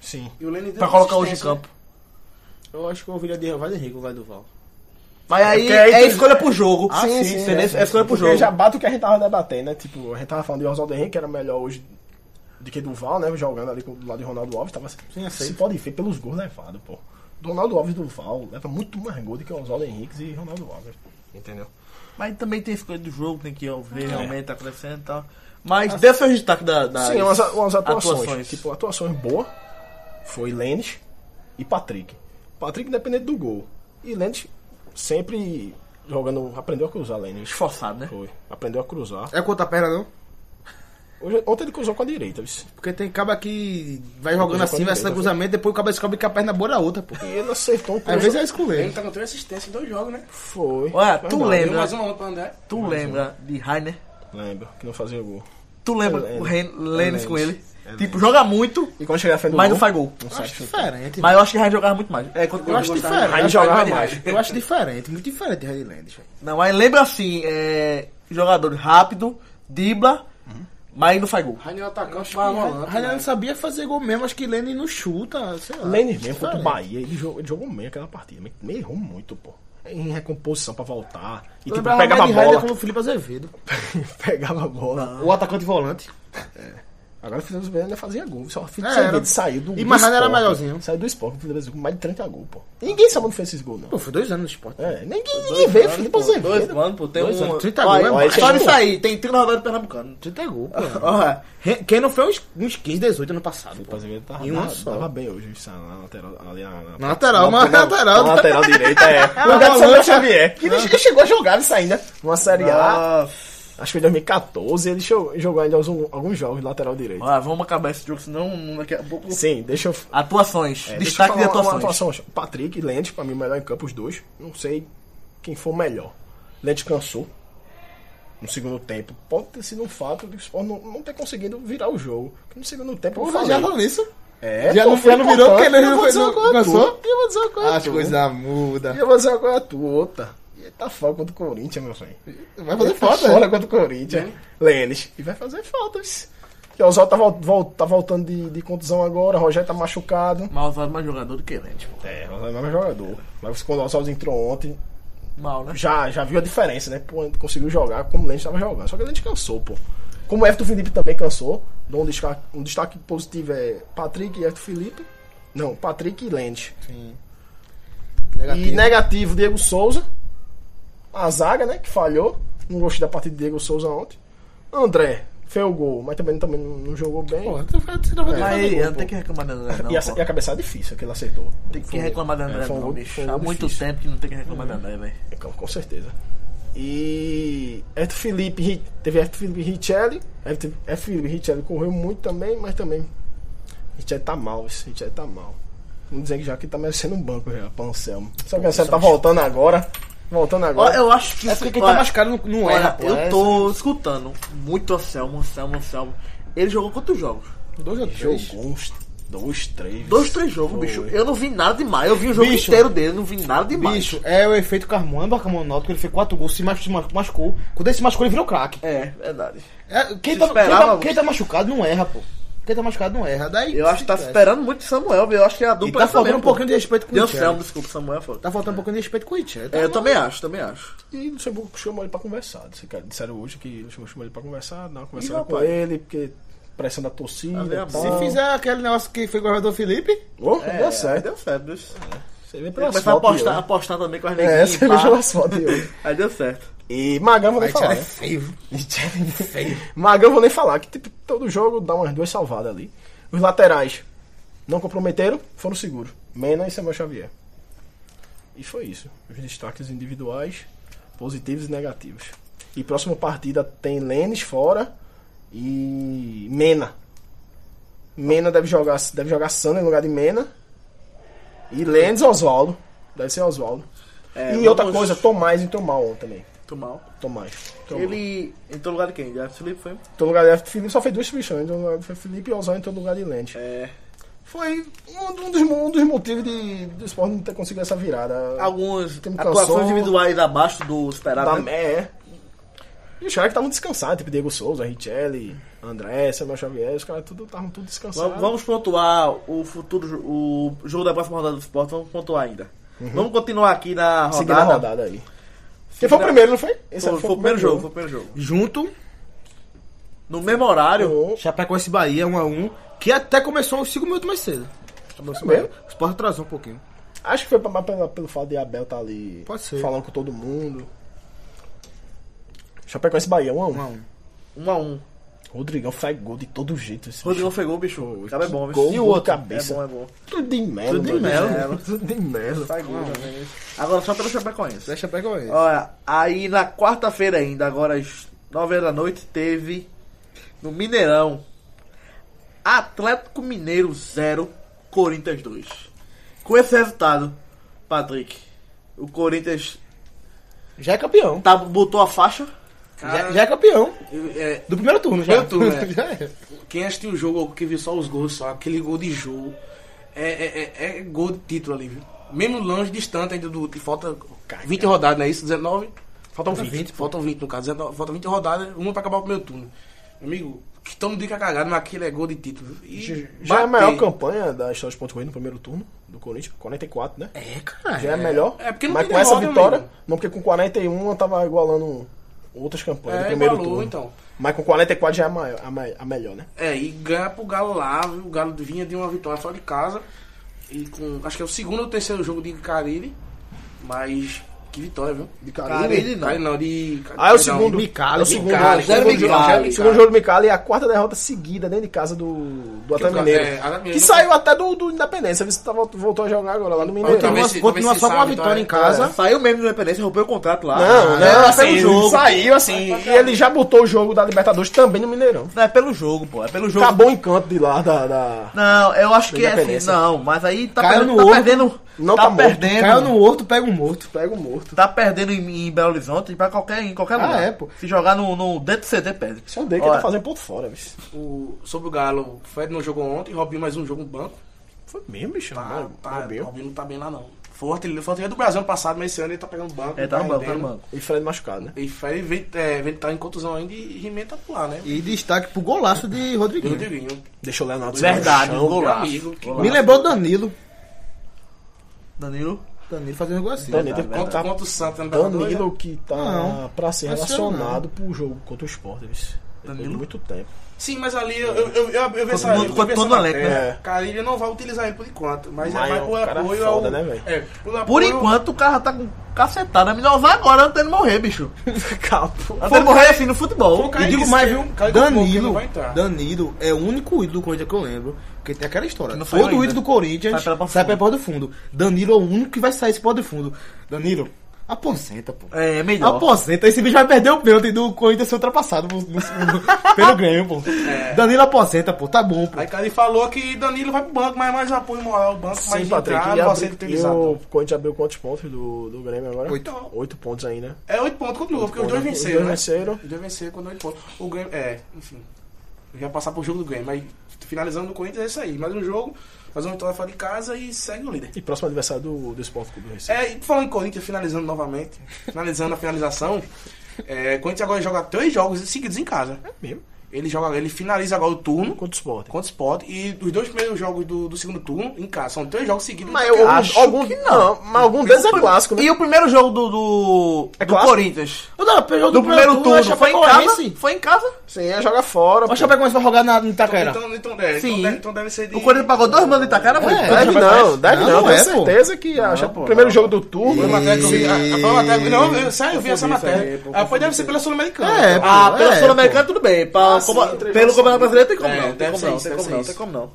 B: Sim.
D: E o Lênin deu
A: Pra
D: uma
A: colocar hoje em
B: né?
D: assistência,
A: campo.
C: Eu acho que eu ouviria de Vai Henrique, vai Duval.
A: Mas aí
B: porque
A: é,
B: aí tu-
A: escolha pro jogo.
B: Ah, sim, sim,
A: entendeu?
B: é,
A: é,
B: sim,
A: escolha pro
B: Porque
A: jogo.
B: já bate o que a gente tava debatendo, né? Tipo, a gente tava falando de Oswaldo Henrique, que era melhor hoje do que Duval, né? Jogando ali com- do lado de Ronaldo Alves. Tava,
C: Sim, aceito.
B: se pode ver pelos gols levados, pô. Do Ronaldo Alves e Duval leva muito mais gol do que Oswaldo Henrique e Ronaldo Alves. Entendeu?
A: Mas também tem escolha do jogo, tem que ver realmente, tá crescendo e tal. Mas dê seu destaque da, das
B: Sim, umas, umas atuações.
A: atuações.
B: Tipo, atuações boas foi Lênis e Patrick. Patrick independente do gol. E Lênis sempre jogando. Aprendeu a cruzar, Lênis.
A: Esforçado, né?
B: Foi. Aprendeu a cruzar.
C: É contra a perna, não?
B: Hoje, ontem ele cruzou com a direita. viu?
C: Porque tem caba que vai jogando
B: Contra
C: assim, vai
B: a
C: sendo
B: direita,
C: cruzamento, depois o caba descobre que a perna boa é a outra, pô.
B: E ele acertou um
C: Às
B: cruzamento.
C: vezes é
D: O Lênin
C: esculeiro.
D: tá com três assistências em dois jogos, né? é
A: Olha,
B: Foi. Foi
A: é- tu
B: verdade.
A: lembra-
D: Deu mais uma né? pra André.
A: Tu lembra de Rainer?
B: Lembro, que não fazia gol.
A: Tu lembra
B: Eu
A: o
B: lembro.
A: Ren- Lênis
B: Eu
A: com
B: lembro.
A: ele? tipo, joga muito,
B: E quando chegar na frente do
A: mas
B: gol,
A: não faz gol.
B: não sai
C: Acho
B: chute.
C: diferente. tipo,
A: Mas eu acho que Rainer jogava muito mais. É, quando
C: Eu acho
D: gostava
C: diferente.
B: Aí
C: eu acho
B: jogava
C: diferente.
B: mais.
C: Eu acho diferente, muito diferente de Redlands, velho.
A: Não, mas lembra assim, é, jogador rápido, dibla, mas não faz gol.
D: Rainha atacante, vai volante.
C: Rainan sabia fazer gol mesmo, acho que Lenny não chuta, sei lá.
B: Lênis
A: é
B: mesmo contra o
C: Diferente.
B: Bahia, ele jogou, ele jogou meio aquela partida, mas meio errou muito, pô. Em recomposição pra voltar. E
C: Eu
B: tipo,
C: lembrava
B: pegava a
C: mais de Rainer
A: é
B: bola.
C: como o Felipe Azevedo.
B: pegava a bola.
C: O atacante volante.
B: Agora o Felipe Azevedo ainda fazia gol. Só o Felipe
C: É,
B: Azevedo
C: era-
B: saiu do
C: E mais nada era
B: esporte.
C: melhorzinho.
B: Saiu do esporte, o Felipe Azevedo com mais de 30 gols, pô. E ninguém sabe onde fez esses gols, não.
C: Pô, foi dois anos no esporte.
B: É, ninguém, ninguém vê o Felipe Azevedo.
A: Dois, mano, pô, tem
C: Dois
A: um...
C: anos, 30
A: Olha,
C: gols, é mais.
A: Só isso aí, tem 30 rodadas do Pernambucano.
C: 30 gol, pô.
A: Olha,
C: Re- Quem não foi um uns, uns 15, 18 ano passado.
B: Felipe
C: Pô.
B: Azevedo tava,
C: Em uma
B: tava-
C: só.
B: tava bem hoje, isso, na lateral. Ali na,
C: Na lateral, mas na lateral.
B: Na lateral direita, é. No lugar de Samuel Xavier. Ah. Que ele chegou a jogar isso ainda. Numa Série A. Acho que em 2014 ele cho- jogou ainda alguns, alguns jogos de lateral direito.
C: Ah.
A: Olha, vamos acabar esse jogo, senão hum, daqui a pouco.
B: Sim, deixa eu.
A: Atuações.
B: é, deixa eu
A: Destaque de
B: falar uma-
A: atuações.
B: uma atuação. Patrick e Lentes, pra mim, melhor em campo os dois. Não sei quem for melhor. Lentes cansou no segundo tempo. Pode ter sido um fato do Sport não, não ter conseguido virar o jogo. Porque no segundo tempo eu
C: Pô,
B: falei.
C: já falou tá nisso.
B: É,
C: já não-
B: foi
C: já não virou
B: importante.
C: porque ele
B: Eu
C: não
B: vou
C: foi-
B: dizer uma
C: não-
B: coisa a tu.
C: cansou?
B: Eu vou dizer uma coisa a tu.
C: mudam.
B: Eu vou dizer uma coisa a tu, outra. Ele tá fora contra o Corinthians, meu filho.
C: Vai
B: Ele
C: fazer
B: tá
C: falta. né?
B: fora contra o Corinthians. Lênis. E vai fazer falta. vice. E o Oswaldo tá, vol- vol- tá voltando de, de contusão agora, o Rogério tá machucado.
A: Mal usado mais jogador do que Lente, pô.
B: É, o Oswaldo é mais jogador. Mas quando o Oswaldo entrou ontem,
A: Mal, né?
B: já, já viu a diferença, né? Pô, ele conseguiu jogar como o Lente tava jogando. Só que o Lente cansou, pô. Como o Everton Felipe também cansou. Dou um destaque, um destaque positivo é Patrick e Everton Felipe. Não, Patrick e Lente.
C: Sim.
B: E
C: Negativo.
B: negativo, Diego Souza. A zaga, né? Que falhou. Não gostei da partida de Diego Souza ontem. André fez o gol, mas também, também não, não jogou bem.
C: Porra, tu vai- tu não vai fazer
A: Mas
C: gol,
A: eu não
C: pô.
A: tenho que reclamar da André, não.
B: e, a,
A: pô.
B: e a cabeçada é difícil que ele acertou.
A: Tem que reclamar da André,
B: É, foi um
A: não,
B: gol-
A: bicho.
B: foi um
A: Há
B: gol
A: muito
B: difícil.
A: tempo que não tem que reclamar da André, velho.
B: Com, com certeza. E Everton Felipe, Ri- teve Everton Felipe e Richelli. Everton Everton Felipe e Richelli correu muito também, mas também. Richelli tá mal, esse Richelli tá mal. Vamos dizer que já que tá merecendo um banco já, pra Anselmo. Só que o Anselmo tá voltando agora. Voltando
A: um Ó,
B: agora.
A: Eu acho que.
C: É porque quem tá machucado não, não
A: Olha,
C: erra, pô.
A: eu
C: É
A: tô escutando muito Anselmo, Anselmo, Anselmo. Ele jogou quantos jogos?
C: Dois ou três.
B: Jogou uns dois, três.
A: Dois, três jogos,
B: Foi.
A: bicho. Eu não vi nada demais. Eu vi o jogo
C: Bicho.
A: inteiro dele, não vi nada demais.
C: Bicho, é o efeito Carmona, Barcamon Náutico, ele fez quatro gols, se machu- machu- machucou. Quando ele se machucou, ele virou craque.
A: É, verdade.
C: É,
A: Se
C: quem, tá, quem,
A: esperava,
C: tá, quem tá machucado não erra, pô. Quem tá machucado não erra. Daí,
A: Eu acho que tá
C: esquece.
A: esperando muito Samuel, velho. Eu acho que é a
C: E
A: dupla
C: tá
A: essa
C: faltando
A: mesmo,
C: um
A: pô.
C: pouquinho de respeito com o
A: Deu
C: Itchel.
A: Anselmo, desculpa, Samuel é foda.
C: Tá faltando um pouquinho de respeito com o Itchel.
A: É, eu também acho, também acho.
B: E não sei o que chamou ele pra conversar. Disse que- Disseram hoje que chamou ele pra conversar, dar uma conversada
A: Ih,
B: com
A: rapaz.
B: ele, porque pressão da torcida.
A: Fazer a
B: e
A: mão.
B: tal.
C: Se fizer aquele negócio que foi com o jogador Felipe,
B: Oh,
A: É,
B: deu certo.
A: Deu certo, né? bicho.
B: Você vem
A: Ele começou
B: pelas
A: a
B: fotos. de
A: apostar,
B: hoje.
A: apostar também com as
B: É,
A: neguinhas.
B: você
A: pá.
B: vê pelas fotos. de hoje.
A: Aí deu certo.
B: E Magão
A: É,
B: vou nem falar. Né?
C: feio.
B: Magão vou nem falar, que tipo, todo jogo dá umas duas salvadas ali. Os laterais não comprometeram, foram seguros. Mena e Samuel Xavier. E foi isso. Os destaques individuais, positivos e negativos. E próxima partida tem Lênis fora e Mena. Mena deve jogar, deve jogar Sano em lugar de Mena. E Lênis Oswaldo. Deve ser Oswaldo.
A: É,
B: e
A: vamos-
B: outra coisa, Tomás entrou mal ontem também.
A: Tô mal.
B: Tomás. Tomás.
A: Ele entrou no lugar de quem? Já Felipe foi?
B: Então, no lugar de Everton Felipe só fez duas substituições. Então, no lugar de Felipe e Osório entrou no lugar de Lente.
A: É.
B: Foi um, um dos, mo- um dos motivos de, do esporte não ter conseguido essa virada.
A: Algumas
B: Tem que
A: atuações
B: cansou.
A: individuais abaixo do
B: da,
A: esperado. né?
B: é. E os caras que estavam descansados, tipo Diego Souza, Richelli, André, Samuel Xavier, os caras tudo estavam tudo descansados.
A: Vamos, vamos pontuar o futuro, jo- o jogo da próxima rodada do esporte. Vamos pontuar ainda. Vamos continuar aqui na Uhum. rodada.
B: seguir a rodada aí. Porque foi o primeiro, não foi? Esse
A: Foi, foi é o primeiro jogo, foi o primeiro jogo.
C: Junto,
A: No mesmo horário,
B: Foi
C: Chapecoense e Bahia, 1 a 1 que até começou uns 5 minutos mais cedo. Começou
B: mesmo?
C: mais- O Sport atrasou um pouquinho.
B: Acho que foi pra- pelo, pelo fato de Abel estar ali
C: Pode ser.
B: falando com todo mundo. Chapecoense e Bahia, 1 a 1
C: 1 a
A: 1
C: 1
A: a 1
B: Rodrigão faz gol de todo jeito. Esse
A: Rodrigão foi gol, bicho. O cara é bom,
B: Que
A: bicho.
B: gol
A: e o
B: de
A: outro?
B: cabeça.
A: É bom, é bom.
B: Tudo de merda.
A: Tudo de Melo. Tá
B: Tudo de merda.
A: Sai gol também. Agora só pelo Chapecoense.
C: Deixa pegar ele.
A: Olha, aí na quarta-feira ainda, agora às 9 horas da noite, teve no Mineirão Atlético Mineiro 0, Corinthians 2. Com esse resultado, Patrick, o Corinthians
C: Já é campeão.
A: tá, botou a faixa.
C: Já,
D: Cara,
C: já é campeão.
D: eu- é,
C: Do primeiro turno, já.
D: Primeiro turno, é.
C: já é.
D: quem assistiu o jogo ou que viu só os gols, só aquele gol de jogo, é, é, é, é gol de título ali, viu? Mesmo longe, distante ainda do. e Falta 20 rodadas, não é isso? 19? Faltam 20. faltam 20, no caso. 19, faltam 20 rodadas, uma pra acabar o primeiro turno. Meu Amigo, que tamo de cagado, mas aquele é gol de título. viu? E
B: Já é a
D: bater.
B: maior campanha da história de ponto corrido no primeiro turno do Corinthians. 44, né?
C: É, caralho.
B: Já é, a melhor.
D: É porque não
B: Mas
D: tem
B: com essa
D: derrota,
B: vitória...
D: amigo.
B: Não, porque com 41 eu tava igualando outras campanhas do
D: É,
B: primeiro
D: igualou,
B: turno.
D: então.
B: Mas com 44 já é a, maior, a, mai- a melhor, né?
D: É, e ganhar pro Galo lá, viu? O Galo vinha de uma vitória fora de casa. E com. Acho que é o segundo ou terceiro jogo de Carilli. Mas. Que vitória, viu?
B: De
A: Carille,
D: Não, não de.
B: Ah, é o
D: perdão,
B: segundo.
C: Micali,
B: é o segundo.
D: Micali,
B: o segundo
A: zero
B: jogo,
A: Micali,
B: o segundo jogo do Micali é a quarta derrota seguida dentro de casa do, do Atlético
D: eu-
B: Mineiro.
D: é, Atlético
B: que
D: Mineiro.
B: saiu até do, do Independência. Você tá, vol- voltou a jogar agora lá no Mineiro.
D: Talvez
C: Continua,
D: se-
C: continua
D: talvez se
C: só com uma
D: salve,
C: vitória em
D: então,
C: casa.
A: Saiu mesmo do Independência, rompeu o contrato lá.
B: É.
A: né?
B: Não, não,
A: é
B: assim,
A: pelo jogo.
B: saiu assim. E ele já botou o jogo da Libertadores também no Mineirão.
A: Não, é pelo jogo, pô. É pelo jogo.
B: Acabou o encanto de lá da. da-
A: Não, eu acho que é assim.
B: Independência.
A: Não, mas aí tá
C: Caiu
A: perdendo.
C: no
A: Tá
C: outro.
A: perdendo
B: Não
A: tá,
B: tá morto.
A: perdendo.
C: Caiu no horto, pega um morto.
B: Pega o morto.
A: Tá perdendo em, em Belo Horizonte pra qualquer, em qualquer
C: Ah,
A: lugar.
C: é, pô.
A: Se jogar no, no dentro do CT, perde.
B: Só dei que ele
A: Olha,
B: tá fazendo ponto fora, bicho.
D: O, sobre o Galo, o Fred não jogou ontem, Robinho mais um jogo no banco.
B: Foi mesmo, bicho.
D: Tá,
B: Mano,
D: tá,
B: meu.
D: Robinho não tá bem lá não. Foi o artilheiro, foi o artilheiro do Brasil ano passado, mas esse ano ele tá pegando banco.
A: É, tá
B: um
A: no banco, tá
B: né?
D: rendendo.
A: no banco.
B: E Fred machucado, né?
D: E Fred vem, é, vem tá em contusão ainda e He-Man tá por lá, né?
C: E destaque pro golaço de
D: E o
C: Rodriguinho.
D: Rodriguinho.
B: Deixou o Leonardo
A: Verdade,
B: no chão.
D: Meu
A: golaço.
D: amigo, que-
A: Golaço.
C: Me lembrou Danilo.
A: Danilo.
C: Danilo fazendo gol assim.
B: Danilo,
A: Verdade,
D: Contra,
B: tá-
D: contra o Santos, né?
B: Danilo que tá
C: Não,
B: pra ser
C: esse ano
B: relacionado pro jogo contra o Sport. Eles
A: Danilo?
B: Danilo? muito tempo.
D: Sim, mas ali eu, eu, eu, eu, eu vejo essa.
A: mundo-
D: eu
A: quanto
D: vejo essa
A: todo elenco,
D: matéria.
B: né?
D: Carilho não vai utilizar ele por enquanto, mas
B: Mas
D: vai
B: é um
D: por
B: cara
D: apoio
B: foda,
D: ao.
B: né, velho?
D: é, por
A: Por
D: apoio-
A: enquanto o cara tá com cacetada. É melhor vai agora antes dele morrer, bicho.
B: Capo.
A: Até ele morrer assim no
D: Foi
B: um
D: o
A: futebol.
D: cara
C: E digo
D: que
C: mais,
D: escreveu-
C: viu?
D: o cara que colocou que ele não
C: Danilo,
D: vai entrar.
C: Danilo é o único ídolo do Corinthians que eu lembro. Porque tem aquela história.
A: Que não saiu
C: Todo ídolo
A: ainda.
C: do Corinthians
A: Sai pela porta
C: sai
A: do
C: pela porta do fundo. Danilo é o único que vai sair esse porta do fundo. Danilo, aposenta, pô.
A: É,
B: Ah,
A: melhor.
C: Aposenta, esse bicho vai perder o pênalti do Corinthians ser ultrapassado no- no- pelo Grêmio, pô.
A: É.
C: Danilo aposenta, pô, tá bom, pô.
D: Aí Carilho falou que Danilo vai pro banco, mas mais apoio moral, o banco mais
B: Sim, Patrick.
D: entrar,
B: E,
D: não vai ser
B: abri, e
D: utilizado.
B: o Corinthians abriu quantos pontos do, do Grêmio agora?
D: Oito.
B: Oito pontos ainda.
D: Então, É oito pontos contra o Lua, porque os dois
B: pontos, né?
D: venceram.
B: Os dois
D: né?
B: venceram.
D: Os dois venceram quando oito pontos. O Grêmio, é, enfim. Eu ia passar pro jogo do Grêmio, mas finalizando do Corinthians é isso aí. Mais um jogo, mais uma vitória fora de casa e segue o líder.
B: E próximo adversário do, do Sport Clube do Recife.
D: É, e falando em Corinthians, finalizando novamente, finalizando a finalização, é, Corinthians agora joga três jogos seguidos em casa.
B: É Mesmo.
D: Ele joga, ele finaliza agora o turno
B: Contra o Sport.
D: contra o Sport e os dois primeiros jogos do, do segundo turno em casa. São três jogos seguidos.
B: Mas
D: em casa.
B: algum, algum, não. Mas algum deles é clássico, né?
A: E o primeiro jogo do, do,
B: É
A: do
B: clássico?
A: Corinthians?
C: Não, não, pelo
A: Do, primeiro turno, foi em casa? Foi em casa?
B: Sim, é joga fora.
C: O
B: pô.
C: Chapecoense vai jogar na, no Itaquera.
D: então, então, é, então,
A: Sim.
D: deve, então deve ser de...
A: O Corinthians é pagou dois mandos de Itacara, foi?
C: É.
B: Deve não, deve
C: Não,
B: não.
C: não
B: Tenho
C: é, pô.
B: certeza que acha. Primeiro jogo do turno.
D: Foi uma matéria que eu vi- a- a- foi uma matéria- Não, eu, sério, eu vi essa
B: aí,
D: matéria.
B: pô,
D: Ah, foi deve ser pela Sul-Americana.
C: É,
D: Então,
A: Ah, pelo
C: É,
A: Sul-Americano tudo bem. Pra,
D: Ah, sim,
A: Copa-
D: entre-
A: pelo Campeonato Brasileiro tem como
D: É,
A: não. Tem
D: deve
A: como
D: ser
A: não,
D: isso,
A: tem
D: deve
A: como
D: ser
A: não,
D: isso.
A: tem como não.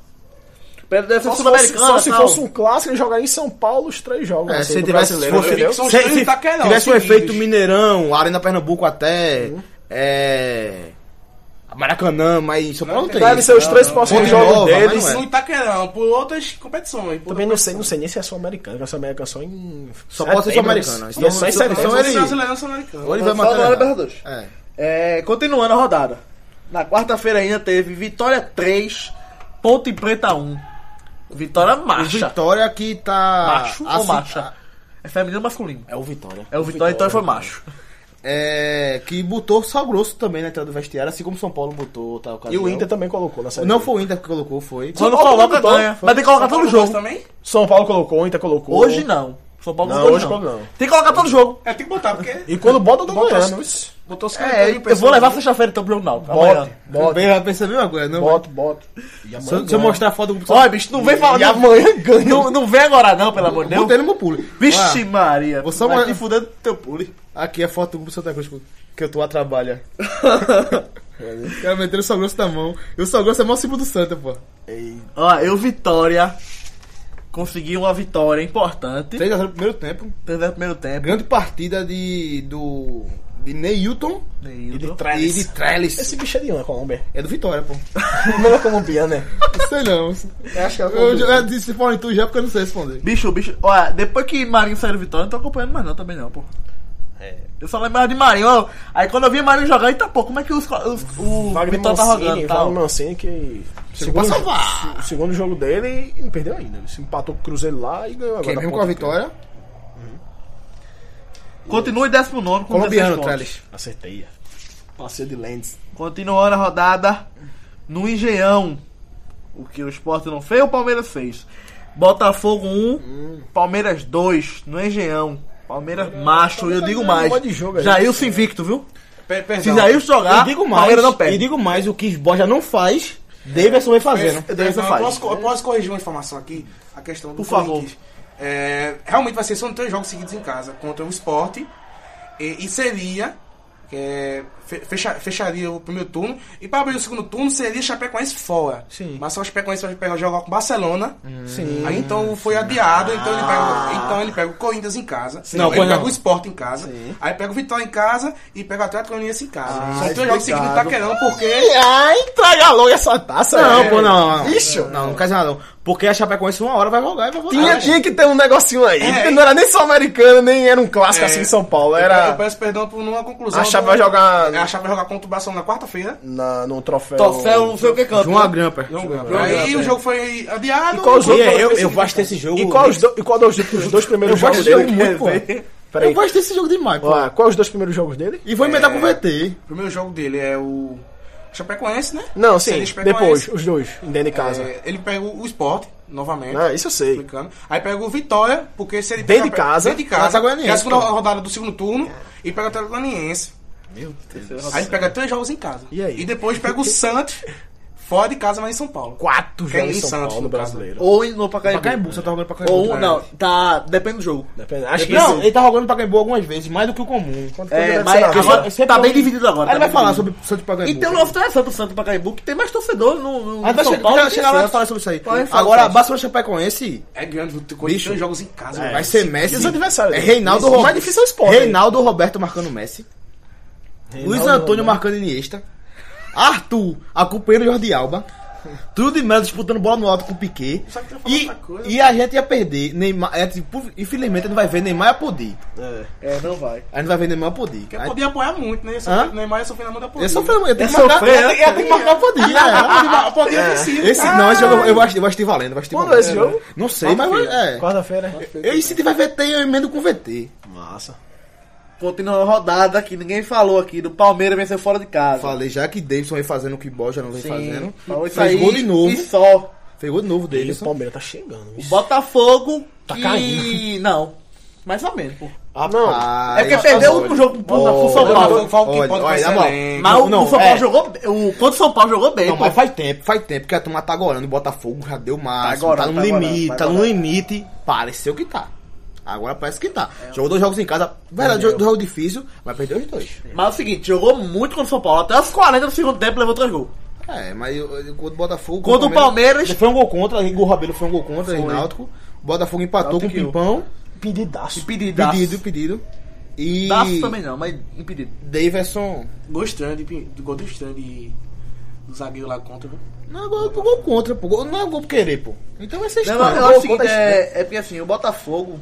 A: Pelo- Deve ser
B: Só se fosse-
A: Sul-Americano,
B: Só se
A: tal.
B: fosse um clássico, ele jogaria em São Paulo os três jogos.
C: É,
B: assim,
C: se
B: do
C: tivesse-
B: brasileiro,
D: eu vi que
B: entendeu?
D: são os
C: Se,
D: três
C: se
D: Itaquerão,
C: tivesse um
D: seguidos.
C: efeito Mineirão, Arena Pernambuco até.
B: Uhum.
C: É. Maracanã, mas São Paulo não tem.
B: Deve ser os três próximos
C: Ponte
B: jogos
C: Nova,
B: deles.
C: mas
D: Isso
C: é.
D: no Itaquerão, por outras competições. por
B: Também não
D: outras-
B: sei, não sei nem se é Sul-Americana, porque a Sul-Americana é só em.
C: Só pode ser
B: setembro,
C: Sul-Americana.
B: E é só em
C: Então,
B: setembro.
C: então
D: Esse
C: ele-
D: brasileiro é Sul-Americano.
C: Ou ele vai
A: Só
C: matar.
A: na
C: errado.
A: Libertadores.
C: É.
A: É, continuando a rodada. Na quarta-feira ainda teve Vitória 3, Ponte Preta 1. Vitória marcha.
C: É Vitória que tá.
A: Macho ou
C: assim-
A: macha? É feminino ou masculino?
B: É o Vitória.
A: É o Vitória, então foi macho.
C: É. Que botou Sal Grosso também na entrada do vestiário, assim como São Paulo botou tal
B: E
C: ocasião.
B: o Inter também colocou na série.
C: Não
B: B.
C: foi o Inter que colocou, foi.
A: Quando
B: Paulo
A: coloca,
B: botou,
A: ganha.
B: foi.
A: Mas tem que colocar
D: São
A: todo
D: Paulo
A: jogo.
D: também?
B: São Paulo colocou, o Inter colocou.
A: Hoje não. São Paulo
B: Não,
A: colocou,
B: hoje Paulo não.
A: Tem que colocar todo jogo.
D: É, tem que botar, porque
B: E quando bota, eu tô
D: Bota
B: ganhando.
D: os- botou os
A: É, eu vou levar sexta-feira então pro jogo não.
B: Bota,
A: Amanhã.
B: bota,
C: Vai perceber uma coisa, não?
B: bota, bota. E
C: Se, eu-
B: amanhã
C: se eu
B: ganha.
C: mostrar a foto do grupo.
A: Olha, bicho, não vem falar.
B: E amanhã ganha.
A: Não, não vem agora não, pelo amor de Deus.
C: Botei no meu pulo.
A: Vixe
C: Olha,
A: Maria.
C: Vou só
A: vai
C: uma-
A: te fudendo do teu pule.
C: Aqui é a foto do grupo Santa Cruz que eu tô a trabalho. O cara metendo o Sal Grosso na mão. E o Sal Grosso é o maior símbolo do Santa, pô.
A: Ó, eu Vitória consegui uma vitória importante.
C: 3x0 no primeiro tempo.
A: Perdeu o primeiro tempo.
C: Grande partida de. do. de Neilton
A: Neildo.
C: e de Trellis.
B: Esse bicho é de onde, Colômbia?
C: É do Vitória, pô.
B: Não é colombiano, né?
C: sei não.
B: Eu acho que é
C: Eu
B: colombiano.
C: já disse fora em tu já porque eu não sei responder.
A: Bicho, bicho. Olha, depois que Marinho saiu do Vitória, eu não tô acompanhando mais não também não, pô. Eu só lembrava de Marinho. ó. Aí quando eu vi Marinho jogar, eita pô, como é que os, os, o
B: Wagner
A: Vitória tá
B: Mancini,
A: jogando e
B: Wagner
A: tal?
B: Mancini que...
C: Chegou pra salvar.
B: o segundo jogo dele e não perdeu ainda. Ele se empatou com o Cruzeiro lá e ganhou agora.
C: Quem
B: da
C: vem É com
B: Ponte
C: a vitória?
A: Continua em 19 com
C: Colombiano,
A: 16 pontos.
C: Trellis.
B: Preta. Acertei. Passeio de Lentes.
A: Continuando a rodada no Engenhão. O que o Sport não fez, o Palmeiras fez. Botafogo
B: Hum.
A: 1, Palmeiras 2, no Engenhão. Palmeiras macho, eu
B: tá
A: digo
B: dando
A: mais.
B: um monte de jogo aí.
A: Jailson invicto, viu? Se
D: Perdão.
A: Jailson jogar,
C: e digo mais,
A: Palmeiras não perde.
C: e digo mais, o que Borja não faz, Davidson né? vem fazendo.
A: Eu dei essa
D: Não, eu
A: faz.
D: posso, co- eu posso corrigir uma informação aqui? A questão do
A: Por favor.
D: Corinthians. É, realmente vai ser só três jogos seguidos em casa contra o Sport. E, e seria. é, fe- fecha- fecharia o primeiro turno. E para abrir o segundo turno seria Chapecoense fora.
C: Sim.
D: Mas só o Chapecoense vai pegar- jogar com o Barcelona.
A: Hum.
B: Sim.
D: Aí então foi adiado. Então, ele
A: Ah.
D: pega, então ele pega o Corinthians em casa.
C: Não,
D: ele
C: pois
D: pega
C: não.
D: o Sport em casa. Aí pega o Vitória em casa. E pega o Atlético Goianiense em casa.
A: Ah,
D: São
A: é
D: três jogos seguidos
C: é
D: no Taquerão porque.
B: Ah, entrega logo essa taça.
C: Não,
B: velho.
C: pô, não.
B: Ixi.
C: Não, não quer dizer nada, não. Porque a Chapecoense uma hora vai jogar e vai voltar. É.
B: Tinha, tinha que ter um negocinho aí, porque não era nem só americano, nem era um clássico
C: É.
B: assim em São Paulo.
D: Eu,
B: Era.
D: peço perdão por não a conclusão.
B: A Chape
D: do- É,
B: vai jogar
D: A Chape vai jogar contra o Barcelona na quarta-feira.
B: na- no troféu.
A: Troféu, não sei Então, o que né? canto.
C: João Agrampa.
D: Aí o jogo foi adiado.
B: E qual os
C: E
B: outros?
C: é, eu, eu gosto desse jogo.
B: E qual os, do- e qual dos, os dois primeiros
C: Eu gosto
B: jogos
C: desse
B: dele?
C: jogo muito, pô.
B: Peraí.
C: Eu gosto desse jogo demais, pô.
B: Ó, qual os dois primeiros jogos dele?
C: E vou emendar com o
B: É.
C: VT.
D: O primeiro jogo dele é o Chapecoense, né?
B: Não, sim,
D: Seria Chapecoense.
B: depois, os dois, dentro de casa.
D: É, ele pega o Sport, novamente.
B: Ah, isso eu sei.
D: Americano. Aí pega o Vitória, porque se ele
B: Dentro
D: pega-
B: de casa.
D: dentro de casa,
C: Casa
D: que
C: Goianiense,
D: é a segunda
C: pô.
D: rodada do segundo turno, e pega o Atlético-Goianiense. Aí ele pega três jogos em casa.
B: E aí?
D: depois pega o Santos, fora de casa, mas em São Paulo.
B: Quatro
D: Quem
B: jogos em
D: em
B: São
D: Santos,
B: Paulo no
D: no caso.
B: brasileiro.
A: Ou em- no Pacaembu.
C: Pacaembu, você tá jogando Pacaembu.
A: Ou
C: né?
A: não, tá. Depende do jogo.
B: Depende- Acho que
C: Não,
B: esse-
C: ele tá jogando Pacaembu algumas vezes, mais do que o comum.
B: quanto coisa
A: É,
B: deve
A: mas
B: ser na
A: agora-
B: vida.
A: tá bem dividido agora.
C: é um Aí ele
A: tá
C: vai falar
A: dividido.
C: sobre o Santos Pacaembu.
A: E tem um
B: Então,
A: novo interessante do Santo Pacaembu que tem mais torcedor no, no
C: Ah, vai
A: São
C: chegar-
A: Paulo.
C: vai
A: do que
C: chegar lá e vai
A: Santos.
C: falar sobre isso aí.
A: Vai falar
C: Agora,
A: sobre
C: Barcelona Chapecoense
D: É grande, tem coisa de
C: Bicho.
D: três jogos em
B: É,
D: casa.
C: vai ser Messi.
B: E os adversários
C: É
B: dele?
C: Reinaldo
B: Isso. O
C: Roberto.
B: mais difícil é o Sport, hein?
C: Reinaldo Roberto marcando Messi. Luiz
B: Reinaldo
C: Antônio
B: Roberto.
C: marcando Iniesta. Arthur acompanhando Jordi Alba. Tudo de Melo disputando bola no alto com o Piquet.
D: Só que tu falou
C: E,
D: outra coisa.
C: e a gente ia perder. Neymar, é, tipo, infelizmente a gente não vai ver Neymar e Apodi.
A: É, não vai.
C: A gente vai ver Neymar e Apodi.
D: Porque podia apoiar muito, né? Esse
C: Hã?
D: Neymar ia sofrer na mão da
C: Eu
D: polícia.
C: sou fã, eu tenho que
A: Esse é o
C: marcar.
A: fã,
C: Eu tenho- eu tenho que marcar Apodi. né?
D: Podia ter sido.
C: Esse, não, esse jogo eu- eu acho, eu acho que valendo. Eu acho que
B: Quando
C: valendo.
B: é esse jogo?
C: Não sei, mas é.
B: Quarta-feira.
C: Eu, e se tiver VT, eu emendo com VT.
B: Massa.
C: assim,
A: Continua a rodada que ninguém falou aqui do Palmeiras vencer fora de casa.
C: Falei já que Davidson vem fazendo o que Boja não vem
A: Sim.
C: fazendo.
A: Falou isso
C: Fez
A: aí.
C: gol de novo.
A: E só.
C: Fez gol de novo
B: E o
C: Davidson.
B: Palmeiras tá chegando.
A: O
B: bicho.
A: Botafogo
B: Tá
A: que...
B: caindo.
A: Não. Mais ou menos, pô.
C: Ah,
B: Não,
A: é porque perdeu o último jogo pro pro São Paulo. um
D: Botafogo falou que
C: Olha,
D: pode
C: olha,
D: ser
C: na moral.
D: elenco.
A: Mas o-
C: Não,
A: o São
C: é.
A: Paulo jogou. O, contra o São Paulo jogou bem,
C: Não,
A: pô.
C: mas faz tempo, faz tempo que a turma tá agorando. O Botafogo já deu mais. Tá,
A: agorando,
C: no
A: tá
C: limite,
A: agorando,
C: tá
A: tá
C: no
A: agorando.
C: limite. Pareceu que tá. Agora parece que tá.
A: É.
C: Jogou dois jogos em casa. Verdade, jogou dois jogos difícil, mas perdeu os dois.
A: Mas é o seguinte, jogou muito contra o São Paulo. Até os 40 do segundo tempo levou três gols.
C: É, mas eu- eu- contra o Botafogo.
A: Contra o Palmeiras.
C: Foi um gol contra, o Gol Rabelo foi um gol contra, o Náutico. O Botafogo empatou com o
A: Náutico e eu.
C: Pimpão.
B: pedidaço.
A: Impedidaço.
C: Pedido, pedido. E.
A: Daço também não, mas impedido.
C: Davidson.
D: Gostando de, do gol do Strand e do zagueiro lá contra. viu?
C: Não, gol, gol contra, pô. Gol- não é gol por querer, pô. Então vai ser
A: Não,
C: estranho.
A: não, eu
C: Gol
A: acho o seguinte,
C: contra
A: é, é porque assim, o Botafogo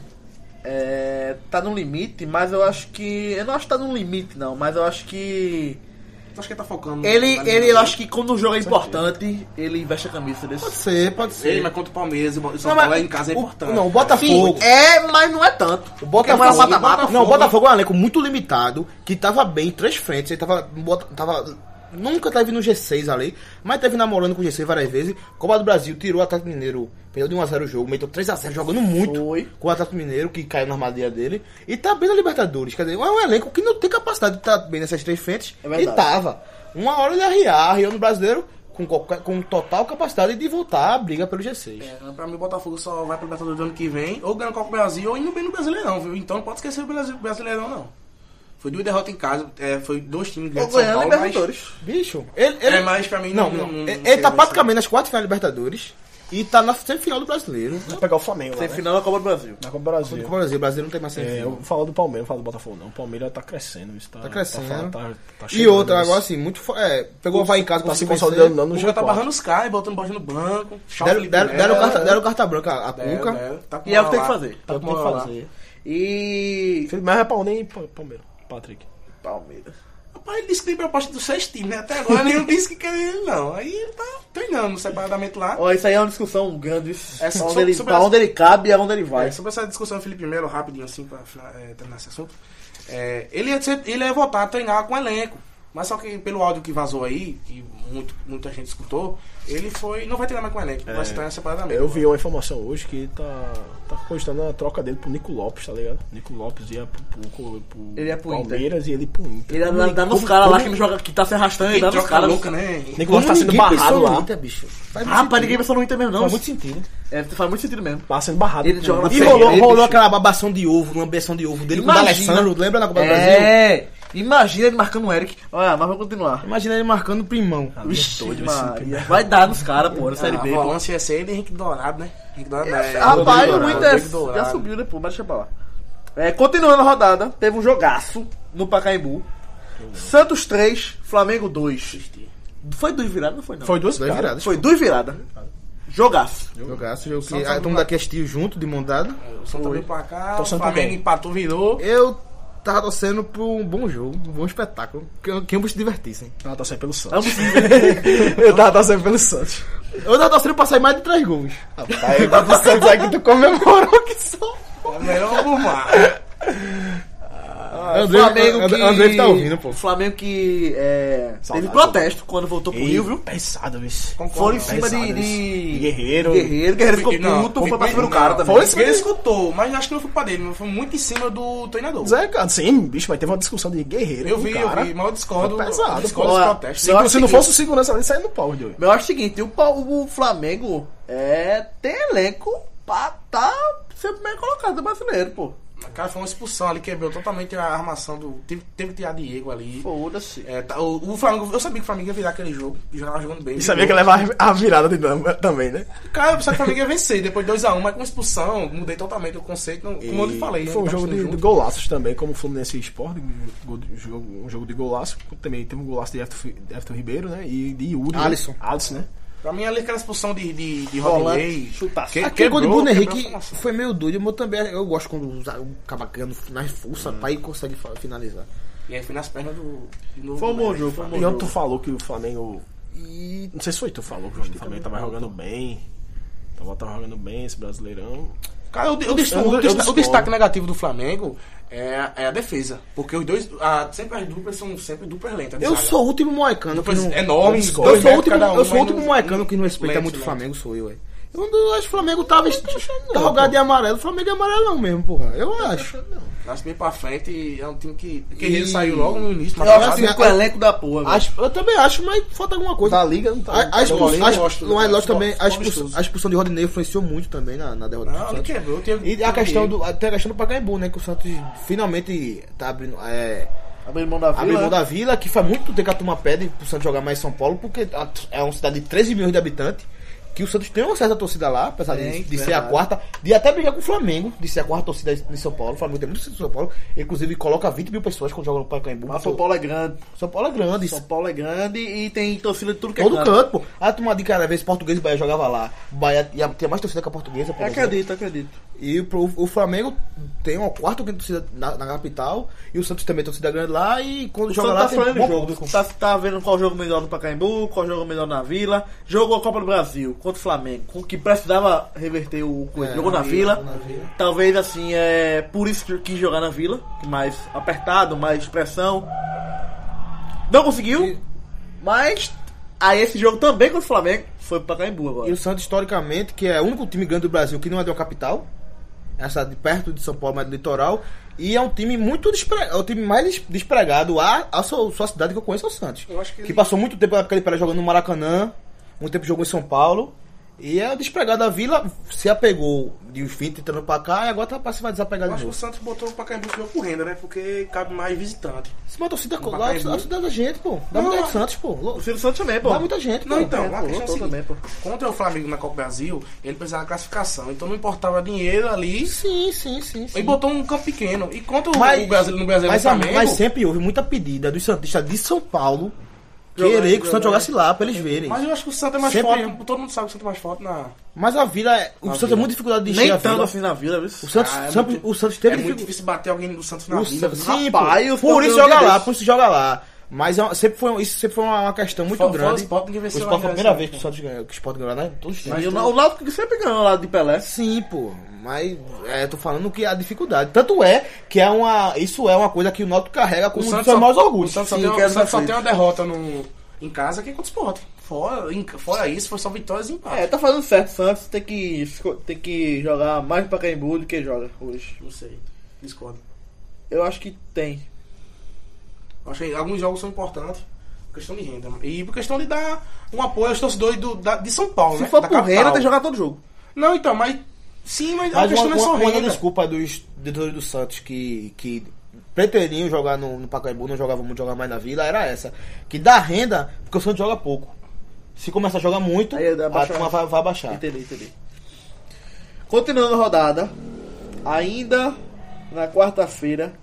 A: é, tá no limite, mas eu acho que. Eu não acho que tá no limite, não, mas eu acho que.
D: Acho que ele tá focando. no-
A: Ele,
D: na-
A: ele eu acho que quando o jogo é importante, ele veste a camisa
C: Pode
A: desse.
C: ser, pode
D: Sim,
C: ser.
D: mas contra o Palmeiras, o São
C: Não,
D: Paulo
C: mas-
D: em casa é
C: o-
D: importante.
C: Não, o
A: Sim,
C: Botafogo.
A: é, mas não é tanto.
C: O
A: Porque não
C: Botafogo,
A: é mata-mata.
C: Não, o Botafogo é um elenco muito limitado, que tava bem em três frentes, ele tava, bota- tava- nunca teve no G6 ali, mas teve namorando com o G6 várias vezes. Copa do Brasil tirou o Atlético Mineiro, perdeu de 1x0 o jogo, meteu 3x0 jogando muito
A: Foi.
C: com o Atlético Mineiro, que caiu na armadilha dele, e tá bem na Libertadores, quer dizer, é um elenco que não tem capacidade de estar bem nessas três frentes,
A: É
C: e
A: verdade.
C: tava. Uma hora ele arriar, arriou no Brasileiro, com, qualquer- com total capacidade de voltar a briga pelo G6.
D: É, pra mim, o Botafogo só vai pro Libertadores do ano que vem, ou ganha o Copa do Brasil, ou indo bem no Brasileirão, viu? Então não pode esquecer o Brasi- Brasileirão, não. Foi duas derrotas em casa, é, foi dois times
A: Ou
D: grandes de São
A: Tá ganhando
D: Paulo, mas...
A: Libertadores.
C: Bicho, ele, ele-
D: É, mas pra mim
C: Não,
D: não...
C: não.
D: não- não
C: ele
D: sei,
C: tá
D: vai
C: praticamente nas quatro finais da Libertadores e tá na semifinal do brasileiro.
B: Vou pegar o Flamengo lá,
A: Sem
B: né?
A: final da Copa do Brasil.
B: Na Copa do Brasil.
C: O Brasil, o Brasil não tem mais
B: É,
C: semifinal.
B: eu falo do Palmeiras, não falo do Botafogo, não. O Palmeiras tá crescendo. Isso tá,
C: Tá crescendo.
B: Tá, tá- tá
C: e
B: chegando,
C: outra,
B: isso.
C: agora assim, muito. fo- É, pegou o vai em casa
B: Tá
C: pra
B: se consolidando não, no
D: ser. O Guga
B: G4.
D: tá barrando os caras, botando bosta no banco, chau,
C: Deram,
D: Felipe
C: deram,
D: Melo,
C: deram, carta, deram carta branca a
D: deram,
C: Cuca.
D: deram, tá com
A: E é o que
D: moral
A: tem que
D: lá.
A: fazer.
B: Tá o que tem que
D: moral lá.
B: fazer.
A: E.
B: Felipe Melo é pau nem pa- Palmeiras. Patrick.
A: Palmeiras.
D: Rapaz, ele disse que tem proposta dos seis times, né? Até agora nenhum disse que quer ele, não. Aí ele tá treinando separadamente lá.
A: Ó, isso aí é uma discussão grande.
D: É,
A: É, pra, onde
D: sobre-
A: ele,
D: sobre
A: pra
D: as-
A: onde ele cabe e aonde ele vai.
D: É, sobre essa discussão do Felipe Melo, rapidinho assim, pra fina- eh, terminar esse assunto. É, ele, ia ser- ele ia voltar a treinar com o elenco. Mas só que pelo áudio que vazou aí, que muito- muita gente escutou, ele foi. Não vai treinar mais com o elenco,
A: É.
D: vai se treinar separadamente.
B: Eu vi uma informação hoje que tá, tá constando a troca dele pro Nico Lopes, tá ligado? Nico Lopes ia pro, pro, pro
A: Ele ia pro Inter.
B: Palmeiras e ele pro Inter.
A: Ele dá, dá nos
B: Como-
A: caras lá
B: como-
A: que, ele joga, que tá se arrastando
D: Que
A: e dá nos
D: troca
A: caras.
D: louca, né?
B: Nico Lopes tá sendo
C: Ninguém
B: barrado
C: pensou no
B: lá.
C: Inter, bicho. Faz muito
A: Rapaz,
C: sentido.
A: ninguém pensou no Inter mesmo, não.
B: Faz muito sentido.
A: É, faz muito sentido mesmo.
B: Tá sendo barrado.
A: Ele joga na
C: E
A: Série
C: rolou,
A: B,
C: rolou
A: bicho.
C: aquela babação de ovo, lambeção de ovo dele com o
A: Imagina.
C: Alessandro, lembra na Copa do Brasil?
A: É, imagina ele marcando o Eric. Olha, mas vai continuar.
C: Imagina ele marcando o primão.
A: Vixe, Maria. Vai dar nos caras, pô, na Série
D: Ah,
A: B. pô.
D: volância ia ser ele e Henrique Dourado, né? Henrique Dourado é,
A: Rapaz,
D: Rodrigo
A: o
D: Dourado,
A: Inter
D: Rodrigo Dourado.
A: já subiu, né, pô? Mas deixa pra lá. É, continuando a rodada, teve um jogaço no Pacaembu. Santos 3, Flamengo 2. Foi duas viradas? Não foi, não.
B: Foi duas
C: Duas
B: viradas.
C: viradas.
A: Foi duas viradas. Jogaço.
C: Jogaço, jogo que.
D: Santos
C: Ah, todo mundo
D: tá-
C: aqui assistiu junto, de mão dada.
D: O Santa veio pra cá, o
B: Torcendo pro
D: Flamengo
B: quem?
D: empatou, virou.
C: Eu tava torcendo por um bom jogo, um bom espetáculo. Que, que ambos se divertissem.
B: Ela tá saindo pelo Santos. Eu tava torcendo pelo Santos.
C: Eu tava torcendo pra sair mais de três gols.
B: Aí tá do Santos aqui tu comemorou que só.
D: É melhor arrumar. Ah,
C: André,
D: um
A: Flamengo
C: And-
A: que-
C: André tá ouvindo, pô.
A: O Flamengo que é, teve
B: Saudade.
A: protesto quando voltou pro Rio, viu?
B: Pesado, bicho.
A: Foram em cima de,
B: Pesado
A: de...
B: isso. Guerreiro.
A: Guerreiro. Guerreiro ficou
D: Não,
A: puto, foi pra
D: Felipe-
A: cima do
D: não,
A: cara também.
B: foi-
D: Ele escutou, mas acho que não foi pra dele, mas foi muito em cima do treinador.
B: Zé, cara, sim, bicho, mas teve uma discussão de guerreiro.
D: Eu
B: com o
D: vi,
B: cara.
D: eu vi, mas eu discordo.
B: Foi pesado,
D: eu discordo
A: pô.
D: dos
B: Se,
D: protestos.
A: Eu acho
B: se não
A: que-
B: fosse o segurança, ele saiu no pau de hoje.
A: Mas eu acho o seguinte, o, Pa- o Flamengo é, tem elenco pra tá ser primeiro colocado do brasileiro, pô.
D: Cara, foi uma expulsão ali, quebrou totalmente a armação do. Teve, teve que tirar Diego ali.
A: Foda-se.
D: É, tá, o, o Flamengo, eu sabia que o Flamengo ia virar aquele jogo, e já tava jogando bem.
B: E sabia que ia levar a virada de dama também, né?
D: Cara, eu pensava que o Flamengo ia vencer, depois 2x1, mas com expulsão, mudei totalmente o conceito, não- como eu te falei. né,
B: Foi um
D: tá
B: jogo de,
D: tudo
B: de
D: junto.
B: golaços também, como o Fluminense e Sport, go- jogo- um jogo de golaço. Também teve um golaço de Everton, de Everton Ribeiro, né? E de Yuri. né?
C: Alisson.
B: Alisson, né?
D: Pra mim, ali aquela expulsão de, de, de
A: Volante,
D: Rodinei.
A: chutaço.
D: que-
C: Aquele gol de
D: quebrou-
C: Bruno
D: quebrou a
C: Henrique
D: formação.
C: foi meio doido, mas eu também eu gosto quando usa- o acaba ganhando nas
B: Uhum.
C: forças, pai, e consegue fa- finalizar.
D: E aí foi nas pernas do. de novo
A: Foi um
D: do-
A: bom
D: do
A: jogo, foi um bom
B: E ontem
A: jogo.
B: tu falou que o Flamengo. E não sei se foi tu falou que o Flamengo tava jogando bem. Tava, tava jogando bem esse brasileirão.
D: Cara, o, o destaque,
B: eu- eu
D: o destaque-
B: discordo.
D: o
C: né?
D: destaque negativo do Flamengo é, a- é a defesa. Porque os dois. a- sempre as duplas são sempre duplas lentas. né, de
C: Eu
D: zaga.
C: sou o último moicano que
D: Duplas
C: não...
D: enormes,
B: eu
D: Tipo assim, dois
C: Eu sou o
D: metros
C: último,
D: cada um,
C: eu sou o
D: mas
C: último
D: não-
C: moicano que não respeita
D: lento,
C: muito o
D: lento.
C: Flamengo, sou eu, ué. Eu não- acho que o Flamengo tava carregado de amarelo. O Flamengo é amarelão mesmo, porra. Eu acho.
D: Nasce bem pra frente é um time que. Porque
C: E-
D: ele saiu logo no início, mas
A: Eu acho
D: assim,
A: que o elenco da porra, velho.
C: Acho- eu também acho, mas falta alguma coisa.
B: Da liga não tá.
C: A, a expulsão,
D: Lógico,
C: a exp-
D: lógico,
C: não é lógico
D: lógico,
C: também, a
D: lógico,
C: expulsão,
D: lógico.
C: a expulsão de Rodinei influenciou muito também na, na derrota. do
D: Não,
C: Santos.
D: ele quebrou. teve-
C: E a
D: teve-
C: questão do. Até a questão do Pacaembu, né? Que o Santos finalmente tá abrindo. É,
A: Abriu mão da
C: abriu mão
A: vila.
C: da vila, que faz muito tempo que a turma pede pro Santos jogar mais em São Paulo, porque a- é uma cidade de 13 milhões de habitantes. Que o Santos tem uma certa torcida lá, apesar de,
A: Tem,
C: de ser a
A: verdade.
C: quarta, de até brigar com o Flamengo, de ser a quarta torcida de São Paulo. O Flamengo tem muito torcida de São Paulo, inclusive coloca 20 mil pessoas quando joga no Pacaembu.
A: Mas São Paulo é grande.
C: São Paulo é grande,
A: São Paulo é grande e tem torcida de tudo que é
C: Todo
A: canto.
C: canto, pô. A turma de cada vez português e Bahia jogava lá. Bahia ia ter mais torcida É que a portuguesa, por
A: Eu
C: exemplo.
A: acredito, eu acredito.
C: E pro- o Flamengo tem uma quarta ou quinta torcida na, na capital. E o Santos também tem torcida grande lá. E quando
A: O
C: joga
A: Santos
C: lá,
A: tá
C: tem
A: falando
C: bom
A: jogo.
C: público.
A: Tá, tá vendo qual jogo melhor no Pacaembu, qual jogo melhor na Vila. Jogou a Copa do Brasil contra o Flamengo, com que precisava reverter o coisa.
C: É,
A: jogou na,
C: na
A: vila,
C: Vila, na Vila.
A: Talvez assim, é por isso que quis jogar na Vila, mais apertado, mais pressão. Não conseguiu, mas aí esse jogo também contra o Flamengo foi pro Pacaembu agora.
C: E o Santos, historicamente, que é o único time grande do Brasil que não é de uma capital. É uma cidade de perto de São Paulo, mas do litoral. E é um time muito despregado. É o time mais des- despregado a, a sua, sua cidade que eu conheço, é o Santos.
D: Eu acho que
C: que
D: ele-
C: passou muito tempo aquele pé jogando no Maracanã. Muito tempo jogou em São Paulo. E é despregado da vila. Se apegou de os 20 entrando pra cá. E agora tá pra se vai desapegar
D: Eu
C: de
D: acho que o
C: novo.
D: Santos botou o Pacaembu que deu por renda, né? Porque cabe mais visitante.
C: Se uma torcida
D: Pacaembu.
C: lá, a torcida é da gente, pô. Dá
D: é Não,
C: muita gente
D: não.
C: Santos, pô. Lo-
A: O Silvio Santos também, pô.
C: Dá muita gente, pô.
D: Não, então,
A: pô,
D: a questão é a
A: voltou
D: seguinte,
A: também, pô.
D: contra o Flamengo na Copa Brasil, ele precisava da classificação, então não importava dinheiro ali,
C: Sim, sim, sim. sim.
D: e botou um campo pequeno. E contra o-
C: Mas-
D: o Brasil no Brasil é
C: Mas, a-
D: Flamengo,
C: mas sempre houve muita pedida dos Santistas de São Paulo
A: Jogar-
C: querer que o Santos
A: jogar-
C: jogasse lá pra eles verem.
D: mas eu acho que o Santos é mais
C: Sempre- um-
D: forte, todo mundo sabe que o Santos é mais forte na...
C: Mas a vila. é- O
D: Na
C: Santos é
D: Vila.
C: muito dificuldade de
A: Nem
C: encher a
A: tanto
C: vila.
A: assim na Vila, viu?
C: O Santos,
D: Ah, é
C: sempre-
D: muito-
C: o Santos
D: É
C: teve
D: muito
C: dificuldade.
D: difícil bater alguém do Santos na
C: O
D: vida.
C: Santos,
D: viu?
C: sim,
A: rapaz,
C: pô.
A: o
C: por isso
A: campeão
C: joga
A: de
C: lá,
A: desse.
C: por isso joga lá. Mas é uma- sempre foi, um- isso sempre foi uma, uma questão muito
D: Fora- fora
C: grande.
D: o Sport, ninguém
C: o
D: venceu
C: Sport foi a
D: mais
C: primeira
D: essa.
C: vez que o Santos ganhou, que o Sport ganhou lá, né? Todos os
A: Mas
C: times.
A: o Na- o Náutico que sempre ganhou lá de Pelé.
C: Sim, pô. Mas é, tô falando que a dificuldade. Tanto é que é uma. Isso é uma coisa que o Náutico carrega como um dos seus maiores
D: O
C: orgulhos.
D: Santos só
A: Sim,
D: tem, uma-
A: quero
D: o Santos só
A: na
D: tem uma derrota no, em casa que é contra o Sport. Fora, em- fora isso, foi só vitórias e empate.
A: É, tá fazendo certo, Santos tem que, esco- tem que jogar mais pra Caimbu do que joga hoje.
D: Não sei, discordo.
A: Eu acho que tem.
D: Eu Acho que alguns jogos são importantes. por Questão de renda. E por questão de dar um apoio aos torcedores do, da- de São Paulo,
A: Se
D: né?
A: for
D: Da
A: por renda,
D: capital.
A: tem que jogar todo jogo.
D: Não, então, mas. Sim, mas, a
C: Mas
D: questão
C: uma,
D: não é só
C: uma, uma
D: renda.
C: desculpa dos diretores do Santos que, que pretendiam jogar no, no Pacaembu, não jogavam muito, jogavam mais na Vila, era essa. Que dá renda, porque o Santos joga pouco. Se começar a jogar muito,
A: Aí dá
C: a
A: baixar.
C: turma vai, vai baixar.
A: Entendi, entendi. Continuando a rodada, ainda na quarta-feira,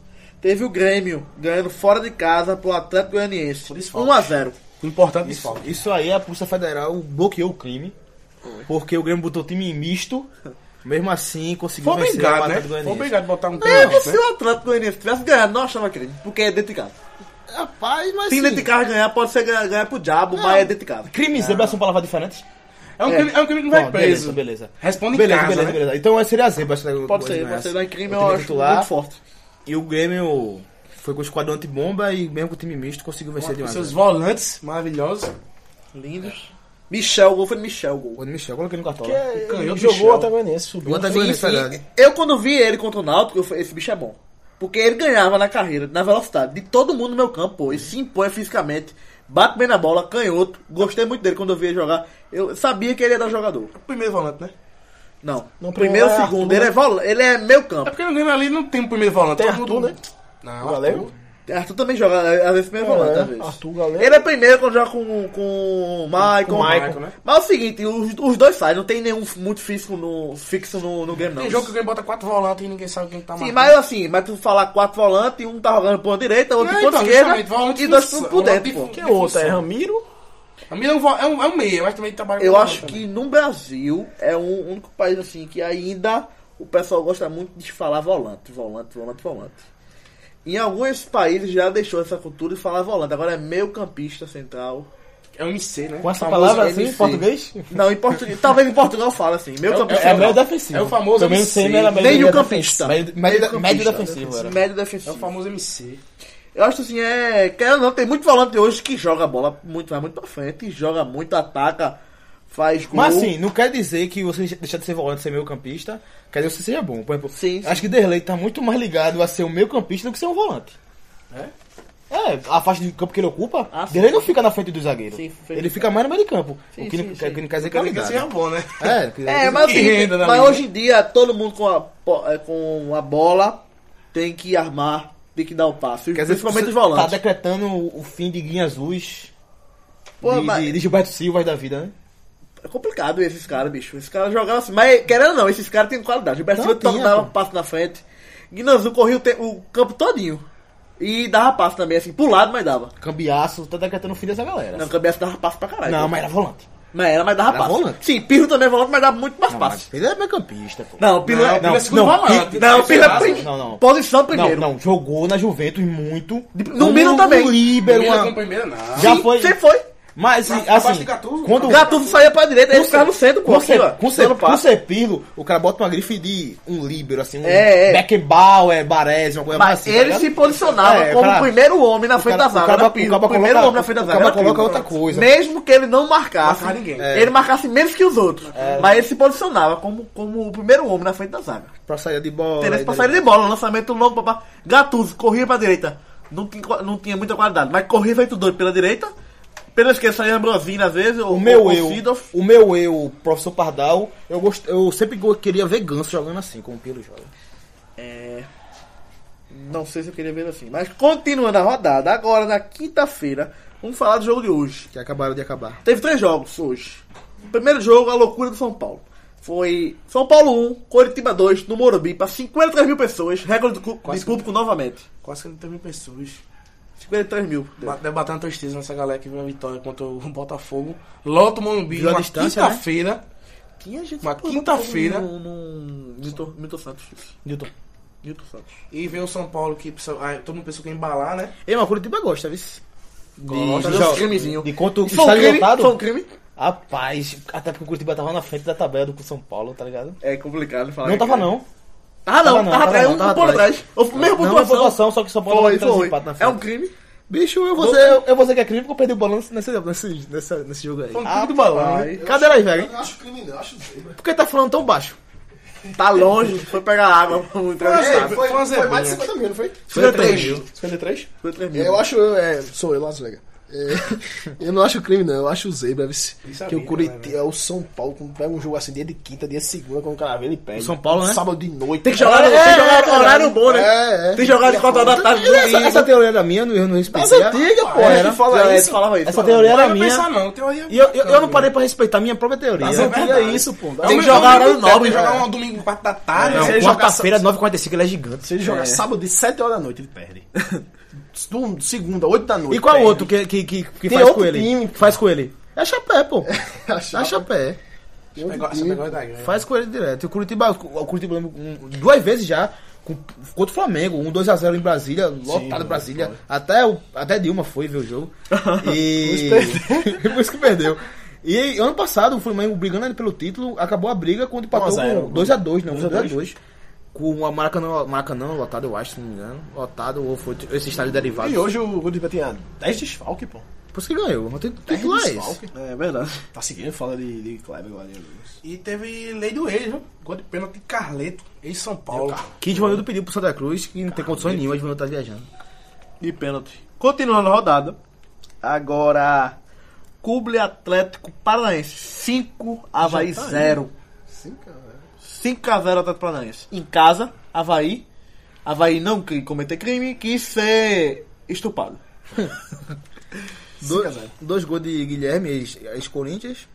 A: teve o Grêmio ganhando fora de casa pro Atlético Goianiense.
D: desfalque.
A: 1 a 0
D: O importante é
C: Isso,
D: desfalque.
C: isso aí a Polícia Federal bloqueou o crime. Porque o Grêmio botou time misto. Mesmo assim, conseguiu
D: Foi
C: vencer
D: obrigado,
C: o
D: né?
C: Atlético
D: Foi
C: Goianiense.
D: obrigado a botar um
A: Mesmo
D: pênalti,
A: se
D: né?
A: o Atlético Goianiense tivesse ganhado, não achava aquele. Porque é dentro de casa.
C: Rapaz, mas
A: Se dentro de
C: assim,
A: casa ganhar, pode ser ganhar, ganhar pro diabo, mas é dentro de casa.
C: crimes, zebra são palavras diferentes?
D: É um crime, é um crime que não vai
C: Bom, beleza,
D: preso.
C: beleza.
D: Responde em
C: beleza,
D: casa,
C: beleza,
D: né?
C: beleza. Então seria a zebra. acho que
A: Pode ser,
C: o Goiás
A: pode ser.
C: ganhasse.
A: Lá em crime
C: O
A: eu
C: time
A: acho
C: titular.
A: muito forte.
C: E o Grêmio foi com o esquadrão antibomba e mesmo com o time misto conseguiu vencer né? de
D: Com
C: uma
D: seus
C: vez.
D: volantes maravilhosos.
A: Lindos. Michel, gol foi Michel, gol.
C: O Michel, eu coloquei no cartola.
B: Que é,
D: Canhoto
B: jogou
D: Michel.
B: até Goianiense, subiu.
C: O Atlético
A: Sim,
C: Goianiense,
A: sim.
C: verdade.
A: Eu quando vi ele contra o Náutico, eu falei, esse bicho é bom. Porque ele ganhava na carreira, na velocidade, de todo mundo no meu campo, pô. E se impõe fisicamente, bate bem na bola, canhoto. Gostei muito dele quando eu vi ele jogar. Eu sabia que ele ia dar jogador.
D: Primeiro volante, né?
A: Não.
B: Não,
A: primeiro,
B: primeiro é
A: segundo,
B: Arthur,
A: ele é, vol... ele é meu
D: É
A: campo.
D: porque no Grêmio ali não tem o primeiro volante.
B: Tem
D: todo
B: Arthur,
D: mundo-
B: né?
D: Não,
B: O Galego.
A: Arthur também joga, às vezes, primeiro volante, às
B: É,
A: vezes.
B: Arthur Galego.
A: Ele é primeiro quando joga com, com o Michael.
B: Com o Maicon,
D: né?
A: Mas é o seguinte, os, os dois saem, não tem nenhum muito fixo no, fixo no, no game, não.
D: Tem jogo que o Grêmio bota quatro volantes e ninguém sabe quem tá
A: Sim,
D: marcando.
A: mas assim, mas tu falar quatro volantes, um tá jogando por direita, outro
D: É,
A: por
D: então,
A: esquerda
D: justamente, volante
A: e dois
D: função,
A: por, por dentro,
D: volante
A: pô.
B: Que outro? É
D: função.
B: Ramiro?
D: A minha é um, vo- é um, é um meia, mas também trabalha com
A: Eu
D: volante
A: acho
D: também.
A: que no Brasil é um único país assim que ainda o pessoal gosta muito de falar volante, volante, volante, volante. Em alguns países já deixou essa cultura de falar volante, agora é meio campista central.
D: É um MC, né?
C: Com essa
D: Famoso
C: palavra assim,
D: MC.
C: em português?
A: Não, em português, talvez em Portugal fala assim, meio campista.
C: É meio
A: central.
C: defensivo.
D: É o famoso
C: Pelo menos
D: MC,
C: sempre era meio
A: meio
C: meio
A: campista.
C: defensivo. Meio- meio- Médio
A: campista,
C: defensivo, era.
A: Médio
D: É o
A: defensivo.
D: famoso MC.
A: Eu acho assim, é. Quer ou não, tem muito volante hoje que joga a bola muito, vai muito pra frente, joga muito, ataca, faz gol.
C: Mas assim, não quer dizer que você deixar de ser volante e ser meio campista, quer dizer que você seja bom. Por exemplo,
A: Sim, sim.
C: acho que Derlei tá muito mais ligado a ser um meio campista do que ser um volante. É? a faixa de campo que ele ocupa,
A: Ah, sim.
C: Derlei não fica na frente do zagueiro.
A: Sim, fica-
C: ele fica mais no meio de campo.
A: Sim,
C: o que,
A: sim,
C: não, quer-
A: sim.
C: que não quer dizer
D: Quer dizer que
C: qualidade.
D: seja bom, né?
C: É, quer dizer-
A: É, mas,
D: Que
A: assim,
D: renda na
A: mas
D: liga.
A: hoje em dia todo mundo com a, po- eh, com a bola tem que armar, tem que dar o passo.
C: quer dizer,
A: principalmente
C: você
A: os
C: Tá
A: volantes.
C: decretando o fim de Guinha Azuis,
A: Pô,
C: de,
A: mas-
C: de- de Gilberto Silva da vida, né?
A: É complicado esses caras, bicho. Esses caras jogavam assim. Mas querendo ou não, esses caras têm qualidade. O Brasil
C: Então tinha,
A: dava
C: pô.
A: passo na frente. Guinanzu corria o, te- o campo todinho. E dava passo também, assim, pro lado, mas dava.
C: Cambiaço, tá decretando o fim dessa galera.
A: Não, o Cambiasso dava passo pra caralho. Então,
C: Não,
A: pô.
C: mas era volante.
A: Mas era, mas dava
C: Era
A: passo.
C: volante.
A: Sim, Pirro também é volante, mas dava muito mais
C: Não,
A: passo.
C: mas ele é meio campista, pô.
A: Não, Pirro é.
D: Pirlo
A: Não,
D: é segundo
C: não,
D: volante.
C: Pirlo-
A: não, Pirlo é prim-
C: Não, não.
A: Posição primeiro.
C: Não, não, jogou na Juventus muito.
A: no Milan também.
C: No Líbero,
D: Primeira com
C: uma...
D: primeira, não.
C: Já
A: Sim,
C: foi.
A: Sempre foi.
C: Mas,
D: Mas abaixo
C: assim,
D: de Gattuso?
C: quando...
A: Gatuso saía pra direita, ele ficava no centro, pô.
C: com ser,
A: aqui, ó,
C: com, ser,
A: dando
C: com
A: passo.
C: ser Pirlo, o cara bota uma grife de um Líbero, assim, um
A: É, é.
C: Beckenbauer, Baresi, uma coisa
A: Mas
C: assim, tá
A: ele
C: ligado?
A: se posicionava
C: É,
A: como
C: pra-
A: o primeiro homem na frente
C: cara-
A: da
C: o
A: zaga.
C: cara-
A: era
C: o
A: Pirlo.
C: cara
A: o primeiro
C: coloca-
A: homem na frente da
C: o
A: zaga.
C: cara
A: era Pirlo.
C: coloca outra coisa. Assim, é.
A: Mesmo que ele não marcasse,
D: Marcar ninguém.
A: ele marcasse menos que os outros. Mas ele se posicionava como, como o primeiro homem na frente da zaga.
C: Pra sair de bola.
A: Interesse
C: aí,
A: pra
C: daí-
A: saída de bola, um lançamento longo, papá. Gattuso, corria pra direita. Não tinha, não tinha muita qualidade, mas corria feito doido pela direita. Pela esquerda saía Ambrosini às vezes, ou
C: O meu
A: ou
C: eu,
A: Seedorf.
C: o meu eu, o professor Pardal, eu, gost... eu sempre go- queria ver Ganso jogando assim, como o Pirlo joga.
A: É, Não sei se eu queria ver assim. Mas continuando a rodada, agora na quinta-feira, vamos falar do jogo de hoje.
C: Que acabaram de acabar.
A: Teve três jogos hoje. O primeiro jogo, a loucura do São Paulo. Foi São Paulo 1, Coritiba 2, no Morumbi, para 53 mil pessoas, recorde do cu- de
D: Quase.
A: público novamente.
D: Quase que não teve pessoas.
A: 53 mil.
D: Ba- Debatendo a tristeza nessa galera que viu a vitória contra o Botafogo. Lota o Morumbi
C: Viu a
D: uma
C: distância, né?
D: quinta-feira.
A: Tinha gente
D: Uma
A: que pulou
D: quinta-feira.
A: no- no- Hum, Milton Milton Santos. isso.
C: Newton.
A: Milton Santos.
D: E vem o São Paulo que precisa, ah, todo mundo pensou que ia embalar, né?
C: Ei, mas o Curitiba gosta, viu?
A: Gosta
C: de
A: de
C: jo-
A: um crimezinho.
C: de quanto
A: Isso é um
C: estádio
A: crime?
C: lotado?
A: Isso é um crime?
C: Rapaz, até porque o Curitiba tava na frente da tabela do São Paulo, tá ligado?
A: É complicado falar.
C: Não
A: que
C: tava
A: crime.
C: não.
A: Ah, não,
C: Tava
A: tava,
C: não, tava
A: atrás,
C: não,
A: um
C: tava
A: ponto
C: atrás.
A: atrás. O mesmo
C: Não é
A: pontuação.
C: pontuação, só que o São Paulo
A: Foi,
C: tava com três
A: foi.
C: empates na frente.
A: É um crime.
C: Bicho, eu vou,
A: Vou-
C: ser, eu, eu vou ser que é crime porque eu perdi o balanço nesse, nesse, nessa- nesse jogo aí.
D: Foi um clube do balão. né?
E: Eu
C: Cadê
E: acho-
C: aí, velho?
E: Eu não acho crime, não. Eu acho zebra.
C: Por que tá falando tão baixo?
A: Tá longe, assim. foi pegar água pro
E: É,
A: entrevistado.
E: foi,
D: foi uma
E: foi mais de
D: zebrinha.
E: 50 mil, não foi?
A: 53 mil.
B: 53?
A: Foi 3 mil.
E: Eu acho. eu- É, sou eu, Las Vegas. É, eu não acho crime, não. Eu acho zebra. viu? que o
D: vida,
E: Curitiba é o São Paulo. Quando pega um jogo assim, dia de quinta, dia de segunda, quando o cara vê, ele perde.
C: O São Paulo, né?
E: Sábado de noite.
A: Tem que jogar, tem que jogar no horário bom, né?
E: É, é.
A: Tem que jogar de 4 horas da tarde.
C: Essa, essa teoria era minha, eu não respeitei.
E: Mas antiga, pô.
C: Era.
E: a gente fala
A: Era,
E: isso.
A: falava isso.
C: Essa
A: falava.
C: teoria era
D: Não
C: minha.
D: pensar não, teoria.
C: E eu, eu, eu não parei pra respeitar a minha própria teoria.
E: Mas
C: Eu-
E: antiga é isso, pô.
A: Tem
D: É
A: que
D: um-
A: jogar
D: é um
A: horário
D: domingo,
A: nobre,
D: tem que
A: né?
D: Jogar um domingo, quatro da tarde.
C: Não,
E: Se ele jogar
C: quarta-feira, 9h45, ele é
E: Se
C: gigante.
E: ele jogar sábado de 7 horas da noite, ele perde. é Do- Segunda, 8 da noite.
C: E qual
E: perde.
C: outro que, que, que, que
E: Tem
C: faz
E: outro
C: com ele?
E: time.
C: Que faz com ele? É chapé, pô.
E: A
C: É
E: chapa.
C: chapé.
E: Tem outro
D: Negócio- Esse
E: time.
D: negócio né? da grana.
C: Faz com ele direto. E O Curitiba, o Curitiba um, duas vezes já, com, contra o Flamengo, um 2x0 em Brasília, lotado em Brasília. Até, o, até Dilma foi ver o jogo. E. Depois que perdeu. E ano passado o Flamengo brigando ali pelo título, acabou Um a briga quando empatou
B: 1x0,
C: com 2x2, não,
B: 2x2.
C: 2x2. Um Com a Maracanã, Maracanã lotado, eu acho, se não me engano. Lotado, ou foi esse estádio derivado.
B: E hoje o Curitiba tinha 10 desfalque, pô.
C: Por isso que ganhou. O título é esse.
B: Desfalque.
E: É verdade.
B: Tá seguindo fala de, de Kleber
E: né?
B: Guarani.
D: E teve lei do ex, viu? Gol de pênalti de Carleto, em São Paulo.
C: Que Edvanildo pediu pro Santa Cruz, que não tem condições nenhuma, Edvanildo tá viajando.
A: de pênalti. Continuando a rodada. Agora, Cuble Atlético Paranaense 5, Havaí 0. 5 a 0 Atlético Paranaense. Em casa, Havaí. Havaí não quis cometer crime, quis ser estupado.
C: Dois, dois gols de Guilherme, ex- ex-Corinthians.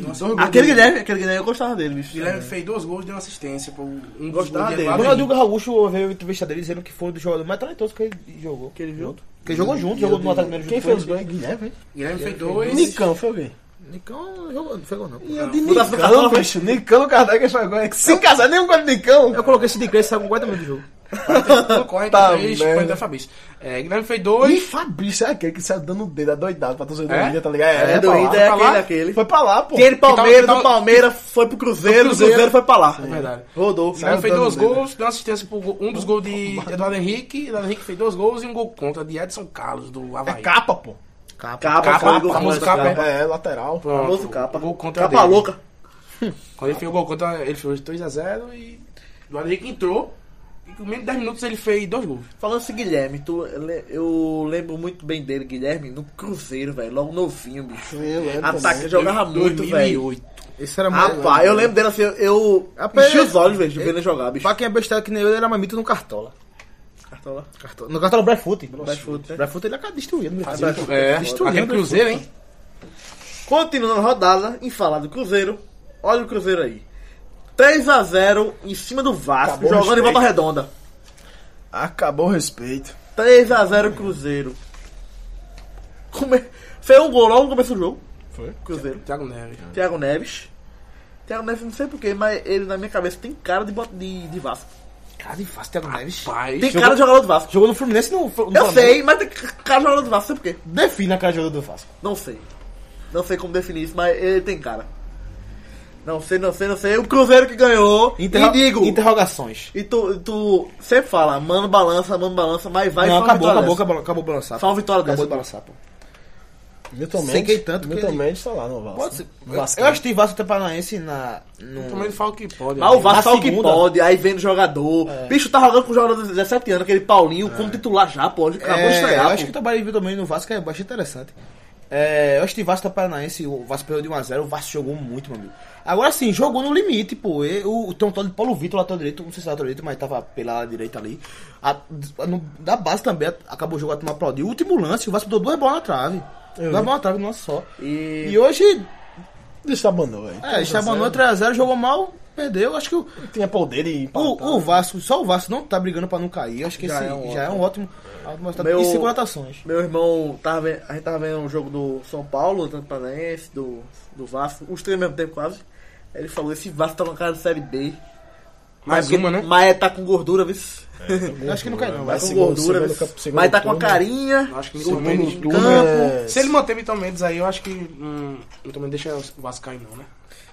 D: Nossa,
A: Aquele Guilherme, aquele Guilherme eu gostava dele, bicho.
D: Guilherme fez dois gols e deu uma assistência. Pro, um dos
A: Gostava
D: gols
A: dele.
D: lá
A: Quando
D: vem.
A: eu
C: Ronaldinho Gaúcho ouviu a entrevista dele dizendo que foi um dos jogadores mais talentosos que ele jogou.
A: Que ele viu?
C: Que ele jogou junto, jogou no Atlético Mineiro
B: Quem
C: junto
B: fez
C: com
B: os
C: ele.
B: gols? Guilherme, hein?
D: Guilherme fez dois.
B: Nicão, foi alguém.
C: Nicão jogou, não foi gol não.
B: E eu de
A: Mudança do Carlão,
B: bicho. Nicão no
C: tá
B: Kardec faz gol. É que Se casar nem um gol de Nicão.
C: Eu coloquei esse de Cresce, saiu com 40 minutos do jogo.
D: um Corre,
B: Tá,
D: três,
B: merda.
D: foi da Fabrício. É, Guilherme fez
B: E
D: dois.
B: Fabrício é aquele que saiu dando o dedo adoidado pra torcedor
D: É?
B: do Ilha, tá ligado?
A: É,
B: foi pra
A: doido,
B: lá,
C: né?
A: é
B: foi pra lá.
A: aquele, aquele.
B: Foi pra lá, pô.
A: Aquele
D: que
A: Palmeiras,
D: tal-
A: do Palmeiras foi pro Cruzeiro, do Cruzeiro, foi pra lá.
D: É verdade.
A: Rodou.
D: Guilherme fez
B: dando
D: dois
B: dele.
D: gols, deu uma assistência pro gol- um dos gols de Eduardo Henrique. Eduardo Henrique fez dois gols e um gol contra de Edson Carlos, do Havaí.
B: É capa, pô.
A: Capa,
D: Capa,
A: capa, gol
D: famoso
A: contra,
D: capa,
B: É, lateral.
D: Pronto, um
A: Famoso capa.
D: Gol contra
A: Capa
D: dele.
A: louca.
D: Quando ele fez o gol contra, ele fez 2x0 e Eduardo Henrique entrou. E com menos de 10 minutos ele fez dois gols.
A: Falando assim, Guilherme, tu, eu lembro muito bem dele, Guilherme, no Cruzeiro, velho. Logo novinho, bicho.
B: Eu lembro
A: Ataque,
B: também.
A: jogava muito, velho.
D: 2008.
C: Esse era mais...
A: Rapaz, eu lembro dele assim, eu
C: Rapaz,
A: enchi os
C: é-
A: olhos, velho, vendo ele jogar, bicho.
C: Pra quem é besteira que nem eu, ele era mamito no Cartola.
A: Cartola.
C: Cartola. No Cartola Brefoot.
A: Brefoot, né?
C: Brefoot ele acaba destruindo. meu filho.
D: É,
C: Destruindo,
D: aquele
C: né?
D: Cruzeiro, hein?
A: Continuando a rodada, em falar do Cruzeiro, olha o Cruzeiro aí. 3x0 em cima do Vasco,
B: Acabou o
A: jogando em
B: respeito.
A: volta redonda.
B: Acabou o respeito.
A: 3x0 Cruzeiro. Come... Foi um gol logo no começo do jogo.
B: Foi?
A: Cruzeiro.
D: Thiago Neves.
A: Thiago Neves. Thiago Neves, não sei porquê, mas ele na minha cabeça tem cara de, bot- de, de Vasco.
C: Cara, de fácil, Thiago Neves.
D: Pai,
A: Tem cara de jogador do Vasco.
C: Jogou no Fluminense no... no
A: Eu
C: Flamengo.
A: sei, mas tem cara de jogador do Vasco, não sei porquê.
C: Defina a cara de jogador do Vasco.
A: Não sei. Não sei como definir isso, mas ele tem cara. Não sei, não sei, não sei. O Cruzeiro que ganhou.
C: Interro-
A: E digo.
C: Interrogações.
A: E tu, tu sempre fala, mano, balança, mano, balança, mas vai
C: não,
A: só uma
C: acabou,
A: vitória
C: acabou,
A: dessa.
C: acabou, acabou o balançar.
A: Só uma vitória
C: Acabou de
A: dessa.
C: balançar, pô.
B: Milton Mendes.
C: Sequei tanto que
B: Milton
C: ele-
B: Mendes tá lá no Vasco.
C: Pode ser.
B: Vasco.
C: Eu, eu assisti Vasco né? até Paranaense na... No...
D: Também fala o que pode.
A: Mas o
D: né?
A: Vasco
C: Na
A: faz o que
C: segunda.
A: pode, aí vendo jogador. Bicho, tá jogando com jogador de 17 anos, aquele Paulinho, como titular já, pô. Acabou de
C: É,
A: estrear,
C: eu
A: pô.
C: acho que o trabalho de também no Vasco é bastante interessante. É, eu acho que Vasco tá paranaense, o Vasco perdeu de 1x0, o Vasco jogou muito, meu amigo. Agora sim, jogou no limite, pô. E, o, tem um tal de Paulo Vitor, lateral direito, não sei se é lateral direito, mas tava pela direita ali. A, no- da base também, acabou o jogo, a turma aplaudiu. O último lance, o Vasco deu duas bolas na trave. duas bolas na trave, nossa só.
A: E-
C: E, hoje,
B: Destabanou, velho.
C: é, Chabanou 3x0, jogou mal, perdeu. Acho que o,
B: Tinha poder e empatar.
C: o, o Vasco, só o Vasco não tá brigando pra não cair. Acho que
A: Já
C: esse
A: é um
C: já é um ótimo, ótimo resultado.
A: Meu-
C: E cinco rotações.
A: Meu irmão, tava, ve- a gente tava vendo um jogo do São Paulo, tanto Paranaense, do, do Vasco, os três ao mesmo tempo quase. Aí Ele falou, esse Vasco tá numa cara de Série B.
D: Mais
A: Mas porque-
D: uma, né?
A: Mas tá com gordura, viu?
C: Eu acho que não cai não.
A: Tá
B: Vai
A: com
B: segundo-
A: gordura,
B: segundo
A: viu?
B: cap- segundo
A: Mas tá com a
B: turno.
A: carinha.
D: Acho que
A: segundo
D: Milton Mendes.
A: turno.
B: campo.
D: Se ele manter Milton Mendes aí, eu acho que. Hum, Milton Mendes deixa o Vasco cair, não, né?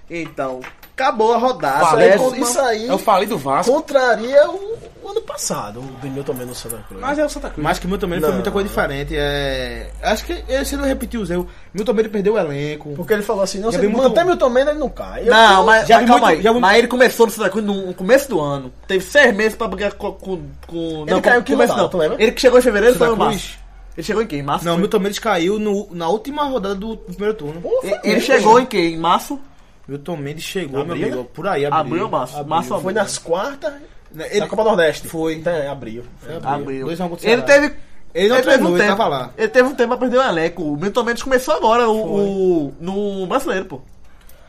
A: Então, acabou a rodada. é
D: Valeu,
A: Décima-
D: mano.
B: Isso aí
D: Eu É falei do Vasco,
B: contraria o, o ano passado, o de Milton Mendes no Santa Cruz.
D: mas é o Santa Cruz.
C: Mas que o Milton Mendes foi
B: Não.
C: muita coisa diferente. É... Acho que esse não repetiu os erros. Milton Mendes perdeu o elenco.
B: Porque ele falou assim, não, se
C: Já vi
B: ele
C: muito-
B: manter Milton Mendes, ele não cai. Eu-
A: Não, mas,
C: Já
A: mas
C: vi
A: calma
C: muito-
A: aí.
C: já vi-
A: Mas ele começou no Santa Cruz no começo do ano. Teve seis meses pra brigar com. com, com
B: Ele caiu que
A: começo
B: rodada,
A: não.
B: tu lembra?
A: Ele que chegou em fevereiro
C: Santa
A: foi em
C: Cruz?
A: março. Ele chegou em quem? Em março?
C: Não,
A: foi?
C: Milton Mendes caiu no- na última rodada do, do primeiro turno.
A: Ele- Ele chegou em quem? Em março?
C: Milton Mendes chegou,
B: Abril,
C: meu amigo.
B: né?
C: Por aí, abriu.
A: Abriu, março. Março
B: Foi
A: abriu. né?
B: nas quartas
C: Ele-
B: da Copa Nordeste.
C: Foi.
B: Então, é, abriu. Foi abril.
A: Abriu.
C: Dois a um contra o
A: Ele
C: Ceará.
A: teve.
C: Ele não treinou, ele tava lá.
A: Ele teve um tempo pra perder o elenco. O Milton Mendes começou agora, o, o- no brasileiro, pô.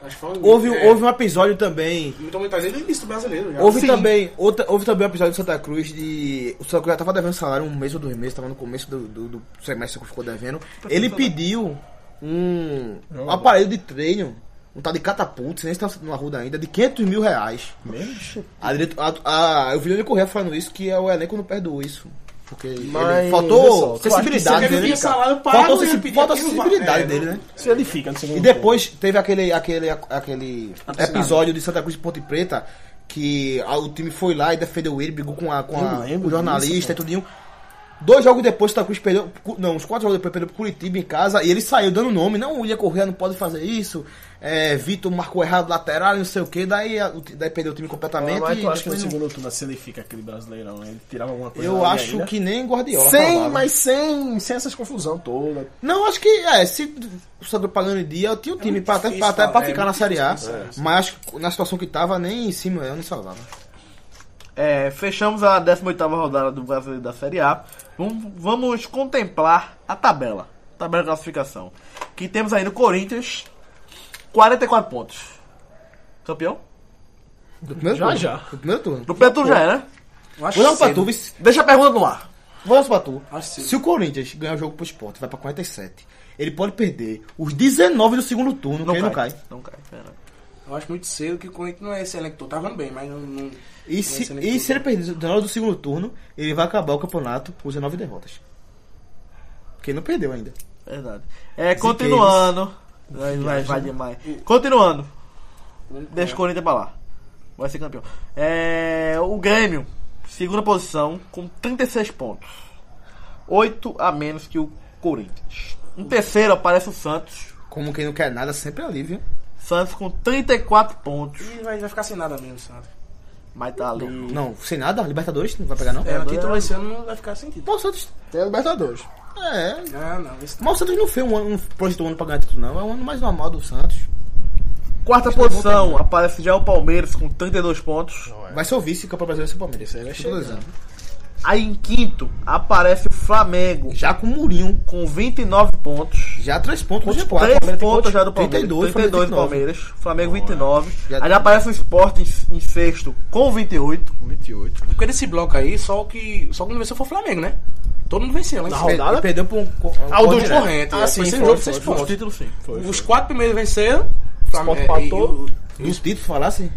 D: Acho que foi-
C: Houve,
D: é,
C: houve um episódio também...
D: Milton Mendes desde o início do brasileiro já.
C: Houve
A: Sim.
C: também, outra, houve também um episódio do Santa Cruz de. O Santa Cruz já tava devendo salário um mês ou dois meses, tava no começo do, do, do semestre que ficou devendo. Ele pediu um aparelho de treino um tal de catapulta, se nem está no Arruda ainda, de 500 mil reais.
B: Mesmo?
C: A direito, a, a, eu vi ele correr falando isso, que é o elenco não perdoou isso. Porque ele-
B: Mas, vê só, tu
C: faltou
B: acha que
C: sensibilidade
D: se ele
C: dele.
D: via
C: cara.
D: salário pago,
C: Faltou
D: ele
C: sensi-
D: pedia
C: faltou
D: aquilo,
C: sensibilidade
D: é,
C: dele, né?
B: Se ele fica no segundo
C: E depois teve aquele, aquele, aquele episódio de Santa Cruz de Ponte Preta que a- o time foi lá e defendeu ele, brigou com, a, com a-
B: Eu lembro
C: com o
B: disso,
C: jornalista e tudinho. Dois jogos depois, Santa Cruz perdeu. cu- Não, uns quatro jogos depois, perdeu pro Curitiba em casa e ele saiu dando nome. Não, o Ia Correa não pode fazer isso. É, Vitor marcou errado lateral, não sei o que. Daí, a- o ti- daí perdeu o time completamente.
B: Ah, mas tu
C: e
B: acha que no
C: depois não-
B: segundo turno, se ele fica aquele brasileirão, ele tirava alguma coisa
C: eu
B: ali
C: acho
B: ainda?
C: que nem Guardiola.
B: Sem,
C: salvava.
B: mas sem, sem essas confusão toda.
C: Não, acho que é, se o Santa pagando em dia, eu tinha o time
D: É muito
C: pra, até,
D: difícil,
C: pra, até pra
D: é
C: ficar na
D: muito
C: Série A.
D: difícil, é isso.
C: Mas acho que na situação que tava, nem em cima eu não salvava.
A: É, fechamos a 18ª rodada do Brasileiro da Série A. Vamos, vamos contemplar a tabela. Tabela de classificação. Que temos aí no Corinthians 44 pontos. Campeão?
C: Do primeiro
B: Já,
C: turno.
B: já.
C: Do primeiro turno.
A: Do Pedro já é, né?
D: Eu acho
C: Vou dar um pra
D: cedo.
C: tu, vice.
A: Deixa a pergunta no ar.
C: Vou dar um pra tu.
D: Acho cedo.
C: Se o Corinthians ganhar o jogo pro esporte, vai pra 47. Ele pode perder os 19 do segundo turno, que ele não cai.
A: Não cai. é, não.
D: Eu acho muito cedo que o Corinthians não é esse elenco todo. Tá jogando bem, mas não. não-
C: E
D: não é esse
C: se,
D: elenco
C: e
D: todo.
C: se ele perder os 19 do segundo turno, ele vai acabar o campeonato com 19 derrotas. Porque ele não perdeu ainda.
A: Verdade. É, continuando. Vai, vai, vai demais. Continuando. Deixa o Corinthians pra lá. Vai ser campeão. É, o Grêmio, segunda posição, com 36 pontos. 8 a menos que o Corinthians. Em terceiro aparece o Santos.
C: Como quem não quer nada, sempre é ali, viu?
A: Santos com 34 pontos.
D: Ih, vai, vai ficar sem nada mesmo, sabe?
A: Mas tá ali.
C: Não, sem nada, Libertadores não vai pegar, não?
D: É, o
A: agora-
D: título esse ano não vai ficar sem título.
C: Mas o Santos.
E: Tem a Libertadores.
C: É,
D: Ah, não, esse
C: Mas o Santos não foi um ano, um projeto um ano pra ganhar título, não. É um ano mais normal do Santos.
A: Quarta posição aparece já o Palmeiras com 32 pontos.
C: Vai ser o vice campeão brasileiro vai ser o Palmeiras. Isso aí vai chegar.
A: Aí em quinto aparece o Flamengo
C: Já com o Murinho.
A: com 29 pontos.
C: Já três pontos do
A: Os
C: G4.
A: três
C: Palmeiras tem
A: pontos
C: quantos?
A: já do Palmeiras. 32,
C: 32, Flamengo
A: do
C: 29.
A: Palmeiras. Flamengo 29.
C: Já-
A: Aí já aparece o Sport em, em sexto com 28.
B: 28.
D: Porque desse bloco aí, só o que. Só quando venceu foi o Flamengo, né? Todo mundo venceu né? lá em cima.
C: Per-
B: rodada?
C: Perdeu pra um. co- um
D: Ah, o do
C: correto.
D: corrente.
B: Ah,
D: é,
B: sim,
D: foi sem
B: foi,
D: jogo,
B: foi,
D: seis
B: foi.
A: Os
D: pontos.
A: títulos um sim.
B: Foi,
D: Os
B: foi.
D: quatro primeiros venceram.
B: Sport
D: Flamengo- é, e
B: empatou.
D: o-
C: Dos títulos, assim, falasse?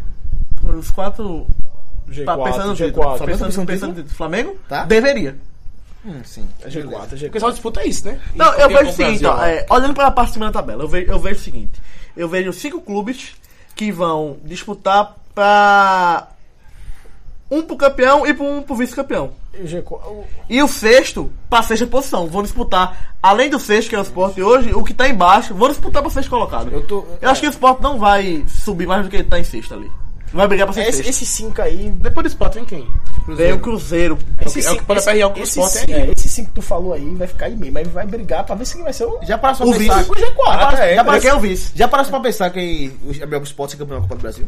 A: Os quatro.
B: G4,
A: Tá pensando no título.
B: G4.
A: Só
C: Flamengo tá
A: pensando,
C: pensando
A: pensando no título. Flamengo?
D: um
C: Tá.
A: Deveria.
C: Hum, sim.
B: É G4, é
D: O
B: G4.
D: pessoal disputa isso, né? E
A: Não, eu
D: campeão
A: vejo
D: do
A: o seguinte,
D: Brasil,
A: ó, é, olhando pela parte de cima da tabela, eu vejo, eu vejo o seguinte. Eu vejo cinco clubes que vão disputar pra. Um pro campeão e pro- um pro vice-campeão.
B: G4. o-
A: E o sexto pra sexta posição. Vão disputar, além do sexto, que é o Sport hoje, o que tá embaixo, vão disputar pra sexto colocado. Eu,
B: tô-
A: acho que o Sport não vai subir mais do que ele tá em sexto ali. Não vai brigar pra
C: É
A: ser
B: Esse,
A: sexto.
B: esses 5 aí.
D: Depois do Sport vem quem?
A: Vem o Cruzeiro.
B: Esses
D: é o que pode
B: esse-
D: aperrear o
B: esses
D: Sport
B: cinco-
D: aí.
B: é, Esses 5 que tu falou aí vai ficar aí meio, mas vai brigar pra ver se quem vai ser o.
C: Já passou
A: O
C: pra pensar.
A: vice.
B: O G4.
C: Já passou-
B: é,
A: Pra
C: já passou-
A: quem é o vice?
C: Já parasse pra pensar que o- é melhor pro esporte ser campeão da Copa do Brasil?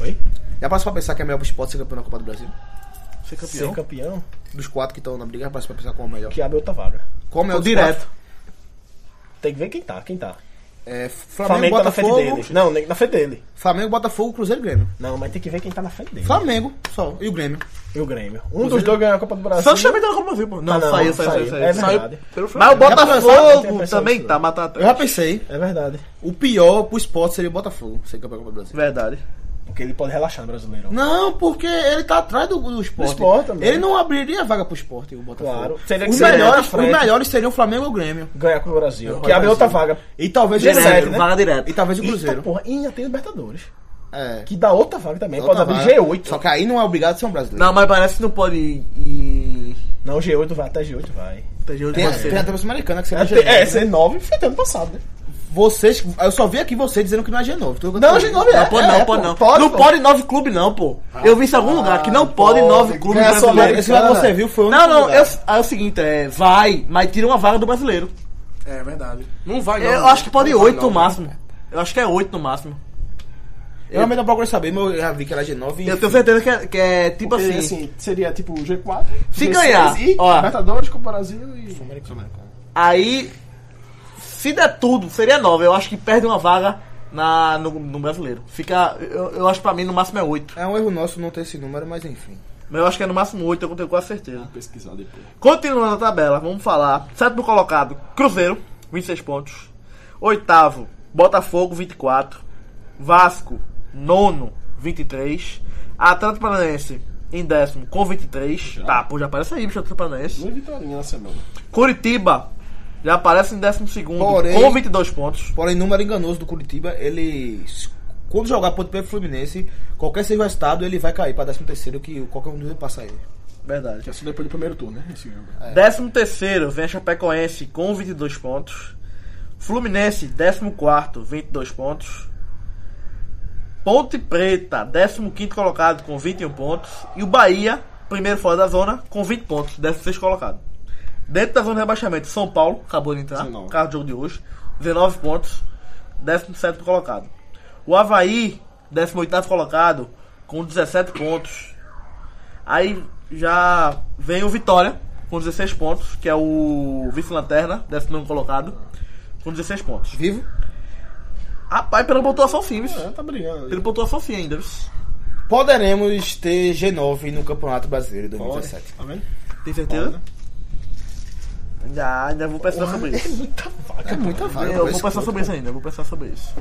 B: Oi?
C: Já parasse pra pensar que é melhor pro esporte ser campeão da Copa do Brasil?
A: Ser
B: Ser campeão.
C: Dos quatro que estão na briga, já parasse pra pensar qual é o melhor.
B: Que abre outra vaga.
C: Qual é o melhor dos
A: Direto.
C: quatro?
B: Tem que ver quem tá, quem tá.
C: É, Flamengo,
B: Flamengo, tá na frente
C: Botafogo.
B: dele. Não, nem- na frente dele.
C: Flamengo, Botafogo, Cruzeiro e Grêmio.
B: Não, mas tem que ver quem tá na frente dele.
C: Flamengo, só. E o Grêmio.
B: E o Grêmio. Um dos dois ganhou a Copa do Brasil.
A: Santos também tá na Copa do Brasil, pô. Não,
B: Ah, não,
A: saiu, saiu,
B: saiu.
A: saiu.
B: É
A: saiu.
B: verdade.
A: Mas o
B: Flamengo tem
A: Botafogo
B: pressão
A: também
B: isso,
A: tá
B: né?
A: matando.
C: Eu já pensei,
B: É verdade.
C: o pior pro esporte seria o Botafogo ser campeão da Copa do Brasil.
A: Verdade.
B: Porque ele pode relaxar no Brasileirão.
C: Não, porque ele tá atrás do, do esporte.
B: Sport também.
C: Ele não abriria vaga pro esporte, o Botafogo.
B: Claro. Seria que
C: os,
B: seria na
C: melhores, os
B: frente.
C: melhores seriam o Flamengo ou o Grêmio.
B: Ganhar com o Brasil.
C: Eu
B: Que abre
C: Brasil.
B: outra vaga.
C: E talvez
B: Direto,
C: o Cruzeiro.
B: né?
A: Vaga direta.
C: E tá- talvez o
B: Eita,
C: Cruzeiro.
B: porra, e ainda tem Libertadores.
C: É.
B: Que dá outra vaga também.
C: Outra
B: Então pode
C: vaga.
B: abrir G8.
C: tá, Só que aí não é obrigado a ser um brasileiro.
A: Não, mas parece que não pode ir. ir...
B: Não, G8 vai até G8 vai.
A: Tem jeito de
C: Tem,
A: é você.
C: tem a tabela americana que você
B: É,
C: vai
B: tem- é,
C: G9. né?
B: C9 foi até ano passado, né?
C: Vocês, eu só vi aqui você dizendo que não é G9. Tô-
B: Não, G9 é.
A: Não pode
B: é,
A: não, pode
B: é, pô,
A: não.
B: Pode,
A: não
B: pô.
A: pode nove clubes não, pô. eu vi isso em
D: Ah,
A: algum lugar que não pode,
B: pode.
A: nove clubes
B: Ganha só
A: brasileiros.
D: né?
B: é
C: Esse lugar que você viu foi o único
A: Não, não,
C: lugar.
A: eu, aí é o seguinte, é, vai, mas tira uma vaga do brasileiro.
D: É verdade. Não vai, não.
A: eu
D: não.
A: acho que pode
D: Não vai,
A: oito
D: não. né?
A: no máximo. Eu acho que é oito no máximo.
C: Eu realmente não procurei saber, mas eu já vi que era G9.
A: Eu tenho certeza que é, que é tipo
B: Porque,
A: assim,
B: assim, seria tipo G4.
A: Se
B: G6
A: ganhar,
B: E
A: ó.
B: Libertadores com o Brasil e.
A: aí se der tudo, seria nove. Eu acho que perde uma vaga na, no, no brasileiro. Fica, eu, eu acho que pra mim no máximo é oito.
C: É um erro nosso não ter esse número, mas enfim.
A: Mas eu acho que é no máximo oito, eu tenho quase certeza.
B: Pesquisar depois.
A: Continuando a tabela, vamos falar. Sétimo colocado, Cruzeiro, 26 pontos. Oitavo, Botafogo, 24. Vasco, nono, 23. Atlético Paranaense em décimo com 23. Tá, pô, já aparece aí, bicho, Atlético Paranaense.
B: Duas vitórias né, na semana.
A: Curitiba já aparece em décimo segundo
C: Porém-
A: com 22 pontos.
C: Porém, número enganoso do Curitiba, ele. Quando jogar contra o Pedro Fluminense, qualquer seja o estado, ele vai cair pra 13 terceiro, que qualquer um deles passa ele.
A: Verdade.
B: Já se depois do primeiro turno, né? Esse jogo.
A: Décimo terceiro vem a Chapecoense com 22 pontos. Fluminense, décimo quarto, 22 pontos. Ponte Preta, décimo quinto colocado com 21 pontos. E o Bahia, primeiro fora da zona, com 20 pontos, décimo sexto colocado. Dentro da zona de rebaixamento, São Paulo, acabou de entrar,
B: 19.
A: carro do jogo de hoje, 19 pontos, décimo sétimo colocado. O Havaí, décimo oitavo colocado, com 17 pontos, Aí já vem o Vitória com 16 pontos, que é o vice-lanterna, 19 colocado, com 16 pontos.
C: Vivo?
A: Rapaz, pela pontuação sim, viu?
B: É, tá brigando. ali.
A: Pela pontuação sim ainda, viu?
C: Poderemos ter G9 no Campeonato Brasileiro de
B: Olha,
C: 2017.
B: Tá vendo?
A: Tem certeza? Já, ainda vou pensar sobre
B: É
A: isso.
B: muita vaga.
E: É muita vaga.
A: Eu
E: pra
A: vou
E: esse
A: pensar
E: clube,
A: sobre isso ainda, eu vou pensar sobre isso.
E: pô.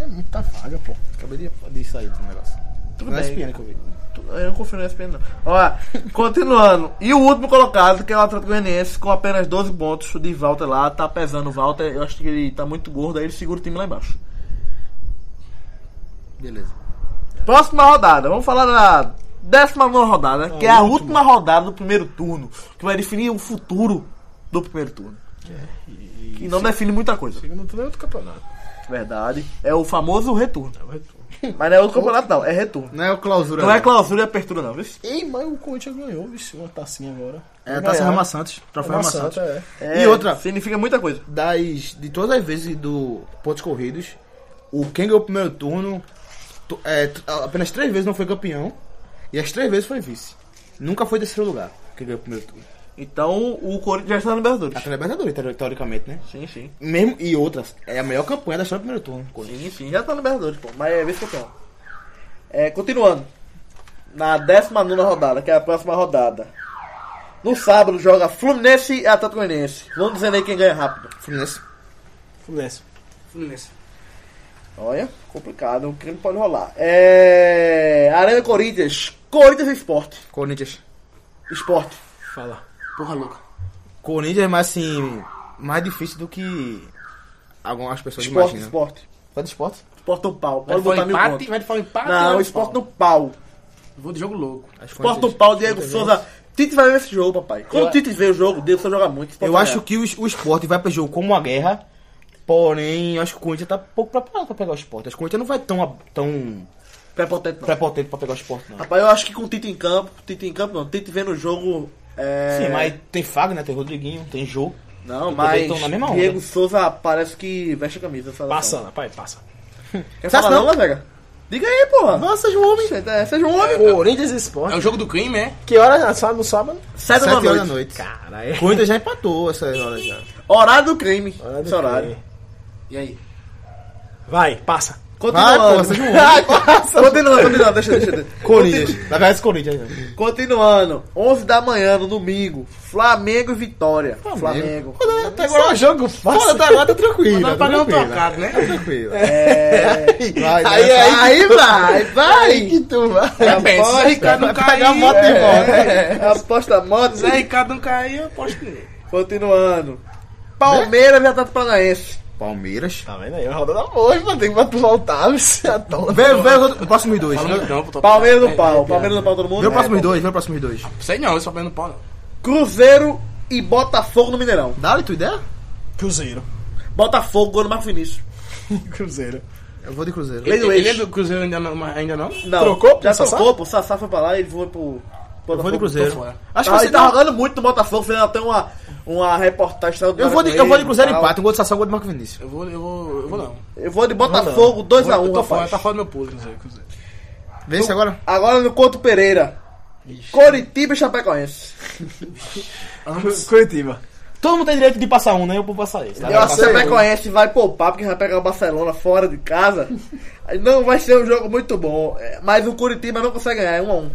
E: É muita vaga, pô.
C: Acabei de- de sair do negócio.
A: Tudo
C: Não é
A: bem.
C: SPN que eu vi.
A: Tu- Eu não confio no SPN, não. Olha, continuando. E o último colocado, que é o Atlético Goianiense, com apenas 12 pontos de Walter lá. Tá pesando o Walter. Eu acho que ele tá muito gordo, aí ele segura o time lá embaixo.
E: Beleza.
A: Próxima rodada, vamos falar da 19 rodada, que é a última rodada do primeiro turno, que vai definir o futuro do primeiro turno. Que não define muita coisa.
B: É, Segundo turno é outro campeonato.
A: Verdade. É o famoso retorno.
B: É o retorno.
A: Mas não é outro campeonato, não, é retorno.
C: Não é o clausura.
A: Não é clausura e apertura, não, viu?
B: Ei, mas o Corinthians ganhou, vixe, uma tacinha agora.
C: É, tá
A: Ganhar.
C: Rama Santos. Troféu Rama
B: Santa,
C: Santos.
B: é.
A: É,
C: E outra?
A: Significa muita coisa.
C: das de todas as vezes do pontos corridos, o quem ganhou o primeiro turno to- é, t- apenas três vezes não foi campeão e as três vezes foi vice. Nunca foi terceiro lugar quem ganhou o primeiro turno.
A: Então o Corinthians já está na Libertadores.
C: Até Libertadores, teori- teoricamente, né?
A: Sim, sim.
C: Mesmo, e outras, é a melhor campanha da história do primeiro turno. Corinthians.
A: Sim, sim, já tá no Libertadores, pô. Mas é vice-campeão. É, continuando. Na 19 rodada, que é a próxima rodada. No sábado joga Fluminense e Atlético Goianiense. Vamos dizer aí quem ganha rápido.
C: Fluminense.
B: Fluminense.
D: Fluminense.
A: Olha, complicado, o crime pode rolar. É. Arena Corinthians. Corinthians e Sport.
C: Corinthians.
A: Sport.
B: Fala.
D: Porra louca.
C: Corinthians é mais assim. Mais difícil do que algumas pessoas
A: Sport,
C: imaginam.
A: Sport.
C: Vai do esporte?
A: Sport no pau.
D: Vai
A: Pode
D: falar
A: botar mil
D: empate?
A: pontos.
D: Vai falar empate?
A: Não,
D: Vai
A: Sport
D: falar-
A: no pau.
D: Vou de jogo louco.
A: Sport no pau, Diego Souza. Tite vai ver esse jogo, papai. Quando o Tite vê o jogo, Diego Souza joga muito. Sport
C: Eu
A: vai
C: acho
A: ganhar.
C: que o, o esporte vai pra jogo como uma guerra. Porém, eu acho que o Corinthians tá pouco preparado pra pegar o esporte. Acho que o Corinthians não vai tão, ab- tão
A: Prepotente, não.
C: prepotente pra pegar o esporte, não.
A: Rapaz, eu acho que com o Tito em campo, Tito em campo não, Tito vendo o jogo. É...
C: Sim, mas tem Fagner, né? tem Rodriguinho, tem jogo.
A: Não,
C: Eles
A: mas.
C: estão na mesma onda.
A: Diego Souza parece que veste a camisa. essa
B: Passa,
A: seleção.
B: Ana, pai, passa.
A: Quer falar
C: Passa
A: não, né, Vega? Diga aí, porra.
B: Ah, seja um homem.
A: É, seja um homem.
B: Corinthians e
D: É
B: Sport.
D: o jogo do crime, é?
B: Que hora na sábado, no sábado?
A: Sete da
C: Sete horas
A: noite.
C: da noite.
B: Caralho.
C: O Corinthians já empatou essas horas já.
A: Horário do crime.
B: Olha
A: Esse horário.
D: E aí?
B: Vai, passa.
C: Vai, pô,
A: Continuando. Ah,
C: seja um
A: continuando, continuando, deixa, deixa, deixa.
C: Corinthians. Na verdade, esse Corinthians. né?
A: Continuando. 11 da manhã, no domingo. Flamengo e Vitória. Flamengo.
C: Até agora o jogo fácil. Até agora tá tranquilo.
D: Dá
C: Tá
D: pra ganhar um
C: tranquilo.
D: trocado, né?
C: Tá tranquilo. É. Vai,
E: Aí,
C: vai,
E: aí,
C: vai. Tá
E: aí, vai,
A: vai.
E: vai. que tu vai.
D: Já pensa, se Ricardo não
C: Vai pegar a
D: cair...
C: moto de volta.
A: É, aposta moto.
D: Se Ricardo não cair, eu aposto nele.
A: Continuando. Palmeiras e Atlético Paranaense.
C: Palmeiras.
B: Tá vendo aí? Roda da bola.
E: Hoje, mano, tem que botar voltar, você é tonto.
C: Vê, vê os outros- os próximos dois.
D: Fala no campo, tô... É,
A: Palmeiras no pau. Palmeiras no pau todo mundo.
C: Vê os próximos
A: É,
C: dois, vê os próximos dois.
D: Sei não, eu sou pegando pau, não.
A: Cruzeiro e Botafogo no Mineirão.
C: Dá-lhe tua ideia?
B: Cruzeiro.
A: Botafogo, gol do Marco Vinícius.
B: Cruzeiro.
C: Eu vou de Cruzeiro.
A: Lei do
D: Ele, ele é
A: ex.
D: do Cruzeiro ainda não? mas Ainda não?
A: Não,
B: Trocou pro
A: já
B: Sassá?
A: trocou, pô. O Sassá foi pra lá e foi pro Botafogo.
C: Eu vou de Cruzeiro.
D: tô fora.
A: Acho
C: Acho
A: que
C: que
A: ele
C: você
A: tá
C: tá...
A: jogando muito no Botafogo, fez até uma, uma reportagem. saiu do
C: Eu vou de, eu
A: Guarani
C: vou de Cruzeiro
A: e tal.
C: empate, um gol de Sassá, um gol de Marco Vinícius.
D: Eu vou, eu vou, eu vou não.
A: Eu vou de Botafogo, 2x1,
D: eu tô fora,
A: rapaz.
D: tá fora do meu pulo, Cruzeiro. Cruzeiro.
C: Vê se agora.
A: Agora no Couto Pereira. Coritiba e Chapecoense.
B: Curitiba.
C: Todo mundo tem direito de passar um, né? Eu vou passar esse. Tá?
A: Eu acho que Chapecoense vai poupar, porque vai pegar o Barcelona fora de casa. Aí Não vai ser um jogo muito bom. É, Mas o Curitiba não consegue ganhar, é 1x1.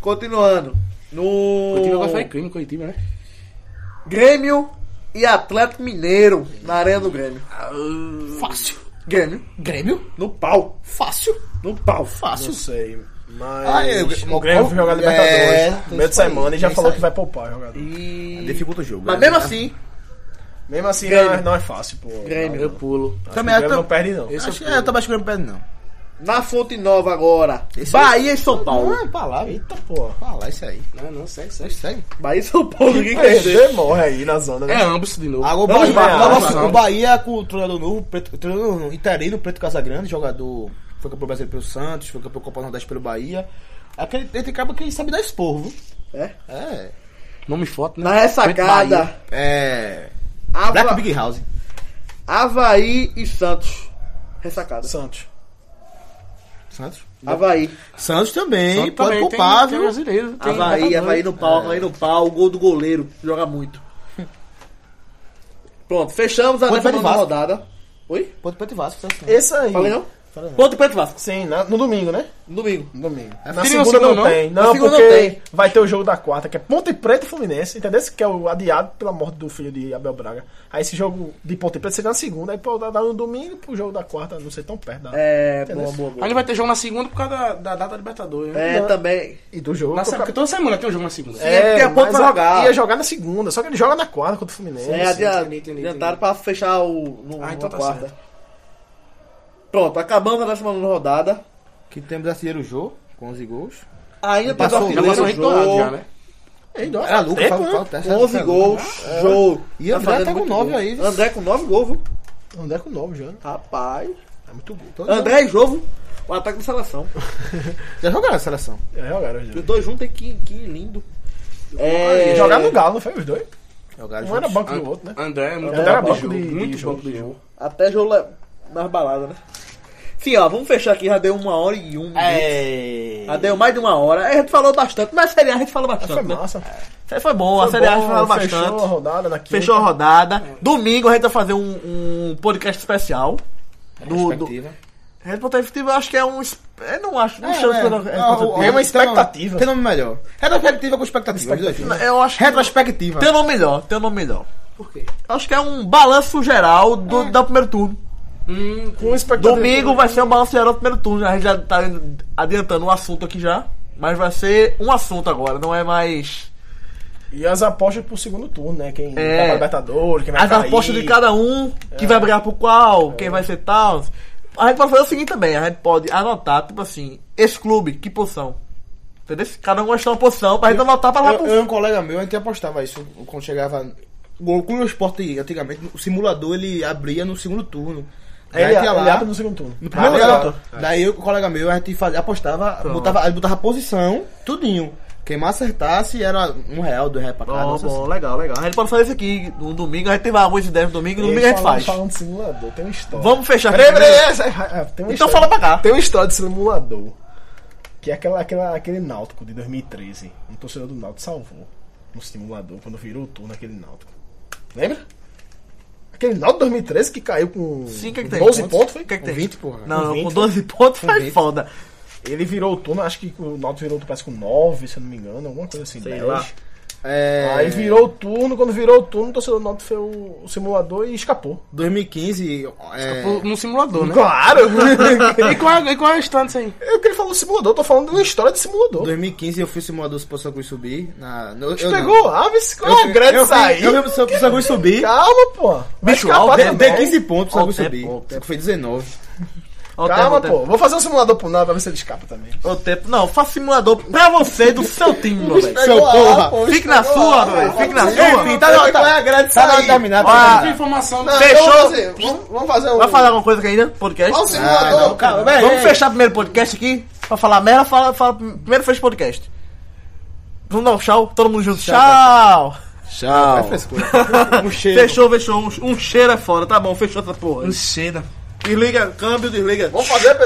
A: Continuando.
D: Curitiba agora foi
A: No
D: crime, Curitiba, né?
C: Ah,
A: Grêmio e Atlético Mineiro, na arena do Grêmio.
D: Fácil. Grêmio.
E: Grêmio?
D: No pau.
E: Fácil.
D: No pau.
E: Fácil.
B: Não sei. Mas.
E: Ah, é,
B: o Grêmio vai jogar Libertadores.
E: É, tem
B: meio de
E: isso aí,
B: semana e já
E: tem
B: falou
E: isso
B: que vai poupar o jogador.
C: Dificulta o jogo.
A: Mas
C: né?
A: mesmo assim,
B: Mesmo assim,
A: Grêmio.
B: não, é- não é fácil, pô.
A: Grêmio,
B: Não,
A: eu pulo.
B: não.
C: Também
B: Acho que o Grêmio
C: eu tô-
B: não perde, não.
C: Acho que é, eu também acho que o Grêmio perde, não.
A: Na Fonte Nova agora.
C: Esse
A: Bahia e São Paulo.
C: Ah, palavra.
B: Eita, pô.
C: Falar isso aí.
D: Não, Ah, não, segue,
C: Mas
D: segue.
C: Segue.
A: Bahia e São Paulo, ninguém
C: é.
A: quer dizer.
B: Perder morre aí na zona.
D: É
B: Né?
D: ambos de novo.
C: Agora o
B: Vamos
C: Bahia,
B: lá,
C: agora
B: vamos
C: sim,
B: lá.
C: o Bahia é com o treinador novo, preto, treinador novo, não, interino, Preto Casagrande, jogador, foi campeão brasileiro pelo Santos, foi campeão Copa do Nordeste pelo Bahia. Aquele, ele acaba que ele sabe dar esporro, viu?
A: É?
C: É.
D: Nome e foto, né?
A: Na ressacada,
C: É. Black
A: Ava,
C: Big House.
A: Havaí e Santos. Ressacada.
B: Santos.
C: Santos?
A: Havaí.
C: Santos também,
D: Santos
C: pode
D: também
C: poupar,
D: tem,
C: viu?
D: Tem brasileiro, tem
A: Havaí,
D: Libertadores.
A: Havaí no pau, Havaí no pau, gol do goleiro, joga muito. Pronto, fechamos a
C: Ponte
A: 19
C: Preta e Vasco.
A: rodada. Oi?
C: Ponto Preto e Vasco, Santos também.
B: Esse aí.
A: Falei não?
B: Falei não.
A: Ponto Preto e Vasco,
B: Sim, na- no domingo, né?
A: no domingo.
B: No domingo.
C: É,
B: na
C: filho,
B: segunda
C: você
B: não,
C: não, não?
B: tem. Não,
A: Na segunda não
B: porque
A: tem.
B: vai ter o jogo da quarta, que é Ponte Preta e Fluminense, entendeu? Esse que é o adiado pela morte do filho de Abel Braga. Aí esse jogo de Ponte Preta seria na segunda, aí pô, dá dá no domingo pro jogo da quarta, não sei tão perto. da-
A: É,
B: Entendeu?
A: boa, boa, boa.
D: Aí vai ter jogo na segunda por causa da, da data da Libertadores, né?
A: É, também.
B: E do jogo.
D: Na
B: pro
D: se-
B: cap-
D: porque toda semana tem um jogo na segunda.
A: É, porque a Ponte
B: mas
A: vai jogar.
B: Ia jogar na segunda, só que ele joga na quarta contra o Fluminense.
A: É, adia-
D: entendi, entendi,
A: adiantaram
D: entendi.
A: pra fechar o. No,
D: Ah,
A: na
D: então tá
A: quarta. Pronto, acabamos a 19 rodada.
C: Que temos artilheiro Jô, com 11 gols.
A: Ainda tem
C: Passou
A: o
C: o
D: Já
C: Goleiro
D: passou
A: artilheiro,
D: reitorado já,
A: Jô,
D: né?
C: Era Lucas,
B: tempo,
C: fala,
B: né?
C: fala o teste.
A: 11
C: Era
A: gols, Jô.
C: E André
A: fazendo
C: tá com
A: muito
C: nove
A: gol.
C: aí, viu?
A: André com 9 gols, viu?
B: André com nove já. né?
A: Rapaz.
C: É muito gol.
B: Então,
C: Todo
A: André e Jovo, o ataque da seleção.
C: mundo- Já jogaram a seleção.
B: É, jogaram
A: Os
B: já.
A: dois juntos, que, que lindo.
B: É...
A: É,
B: Jogar no Galo, não foi os dois?
C: Jogaram
B: Um era
C: juntos.
B: banco do outro, né?
D: André é muito
B: André era
D: banco de
B: banco
D: jogo.
B: de- de
D: Muito
B: jogo.
D: banco de jogo.
A: Até Jô le- nas baladas, né? Sim, ó, vamos fechar aqui, já deu uma hora e um. minuto.
C: É.
A: Já deu mais de uma hora. É, A gente falou bastante, mas a Série A a gente falou
B: Foi
A: bastante, né?
B: massa.
A: Foi, foi bom, a
B: Foi
A: Série A a gente
B: bom,
A: falou
B: fechou
A: bastante.
B: a rodada na quinta.
A: Fechou a rodada. Domingo a gente vai fazer um, um podcast especial.
B: É
A: Do, do,
C: Perspectiva.
A: retrospectiva, eu acho que é um. es- Eu não acho. Não chamo de retrospectiva.
B: né? É uma expectativa.
C: Tem nome melhor. Retrospectiva com expectativa.
B: Expectativa.
A: Eu acho que.
C: Retrospectiva.
A: Tem um nome melhor, tem um nome melhor.
D: Por quê?
A: Eu acho que é um balanço geral do, da primeiro turno.
D: Hum,
B: Com expectativa.
A: Domingo vai ser um balanço geral do primeiro turno. A gente já tá adiantando um assunto aqui já. Mas vai ser um assunto agora, não é mais.
B: E as apostas pro segundo turno, né? Quem
A: É.
B: vai pra Libertadores, quem vai
A: As
B: cair.
A: apostas de cada um, que vai brigar por qual, quem vai ser tal. A gente pode fazer o seguinte também, a gente pode anotar, tipo assim, esse clube, que posição? Entendeu? Cada um gostar uma posição pra gente anotar pra lá
C: Eu,
A: pro-
C: eu e um colega meu, a gente apostava isso quando chegava. O Clube do Esporte, antigamente, o simulador ele abria no segundo turno.
B: Aí
C: Aí
B: Né? Ele,
A: é
C: ia
B: ele
C: lá.
B: abre no segundo turno.
C: No primeiro
B: Ah,
C: lugar.
B: legal.
C: Daí eu, com o colega meu, a gente fazia, apostava, botava, aí botava posição, tudinho. Quem mais acertasse era um real, dois reais pra cada.
A: Bom,
C: não sei
A: bom, legal, legal. A gente pode fazer isso aqui no domingo, a gente tem algumas ideias no domingo, no
B: Ei,
A: domingo a gente
B: falando-
A: faz.
B: Falando de simulador, tem uma história.
A: Vamos fechar
B: Peraí,
A: aqui.
B: peraí, essa- ah, tem
A: Então
B: uma história.
A: fala pra cá.
B: Tem uma história de simulador. Que é aquela, aquela, aquele náutico de 2013. Um torcedor do náutico salvou um simulador quando virou o turno aquele náutico. Lembra? Aquele náutico de 2013 que caiu com
A: Sim, o que, que tem?
B: 12 pontos, foi?
A: O que, que
C: se-
A: tem?
C: 20, porra.
A: Não,
B: Com
A: não,
B: 20,
A: com 12 pontos foi foda.
B: Ele virou o turno, acho que o Náutico virou o turno, parece com 9, se eu não me engano, alguma coisa assim.
A: Sei
B: 10.
A: lá.
C: É,
B: Aí virou o turno, quando virou o turno, o torcedor do Náutico fez o, o simulador e escapou.
C: 2015. É,
D: Num simulador, né?
B: Claro!
D: E qual é, e qual é a história disso aí?
B: eu que ele falou simulador, eu tô falando de uma história de simulador.
C: 2015 eu fui simulador se posso Cruz subir. Na, no,
B: Você pegou aves com a grande
C: eu,
B: sair.
C: Eu, assim, eu, eu, eu, eu, eu subir.
B: Calma, pô. Vai
A: Bicho,
B: escapar
A: ó,
B: também.
C: Dei 15 pontos pra
A: Ó o
C: eu
A: tempo,
C: subir.
A: ó o tempo.
C: Foi 19.
A: Ó o
B: Calma,
A: tempo, ó o
B: pô. Vou fazer um simulador pro nada pra ver se ele escapa também.
A: tempo. Ó o tempo. Não, faça simulador pra você do seu time, meu velho.
C: Seu porra.
A: Fique na sua, velho. Fique na sua.
C: Enfim, tá na hora tá, tá na hora de terminar. tá na hora de terminar.
D: Tem informação.
A: Fechou.
E: Vamos, vamos fazer um.
A: Vai falar alguma coisa aqui ainda? Podcast?
E: Qual o simulador?
C: Ah, não, cara,
E: cara?
C: velho.
A: Vamos
C: é.
A: fechar primeiro o podcast aqui. Pra falar merda, fala, fala, primeiro fecha o podcast. Vamos dar um tchau, todo mundo junto. Tchau!
C: Tchau. É frescura. Um cheiro.
A: Fechou, fechou. Um, um cheiro é fora, tá bom, fechou essa porra.
D: Cedo.
A: Desliga, câmbio, desliga.
E: Vamos fazer, Pedro?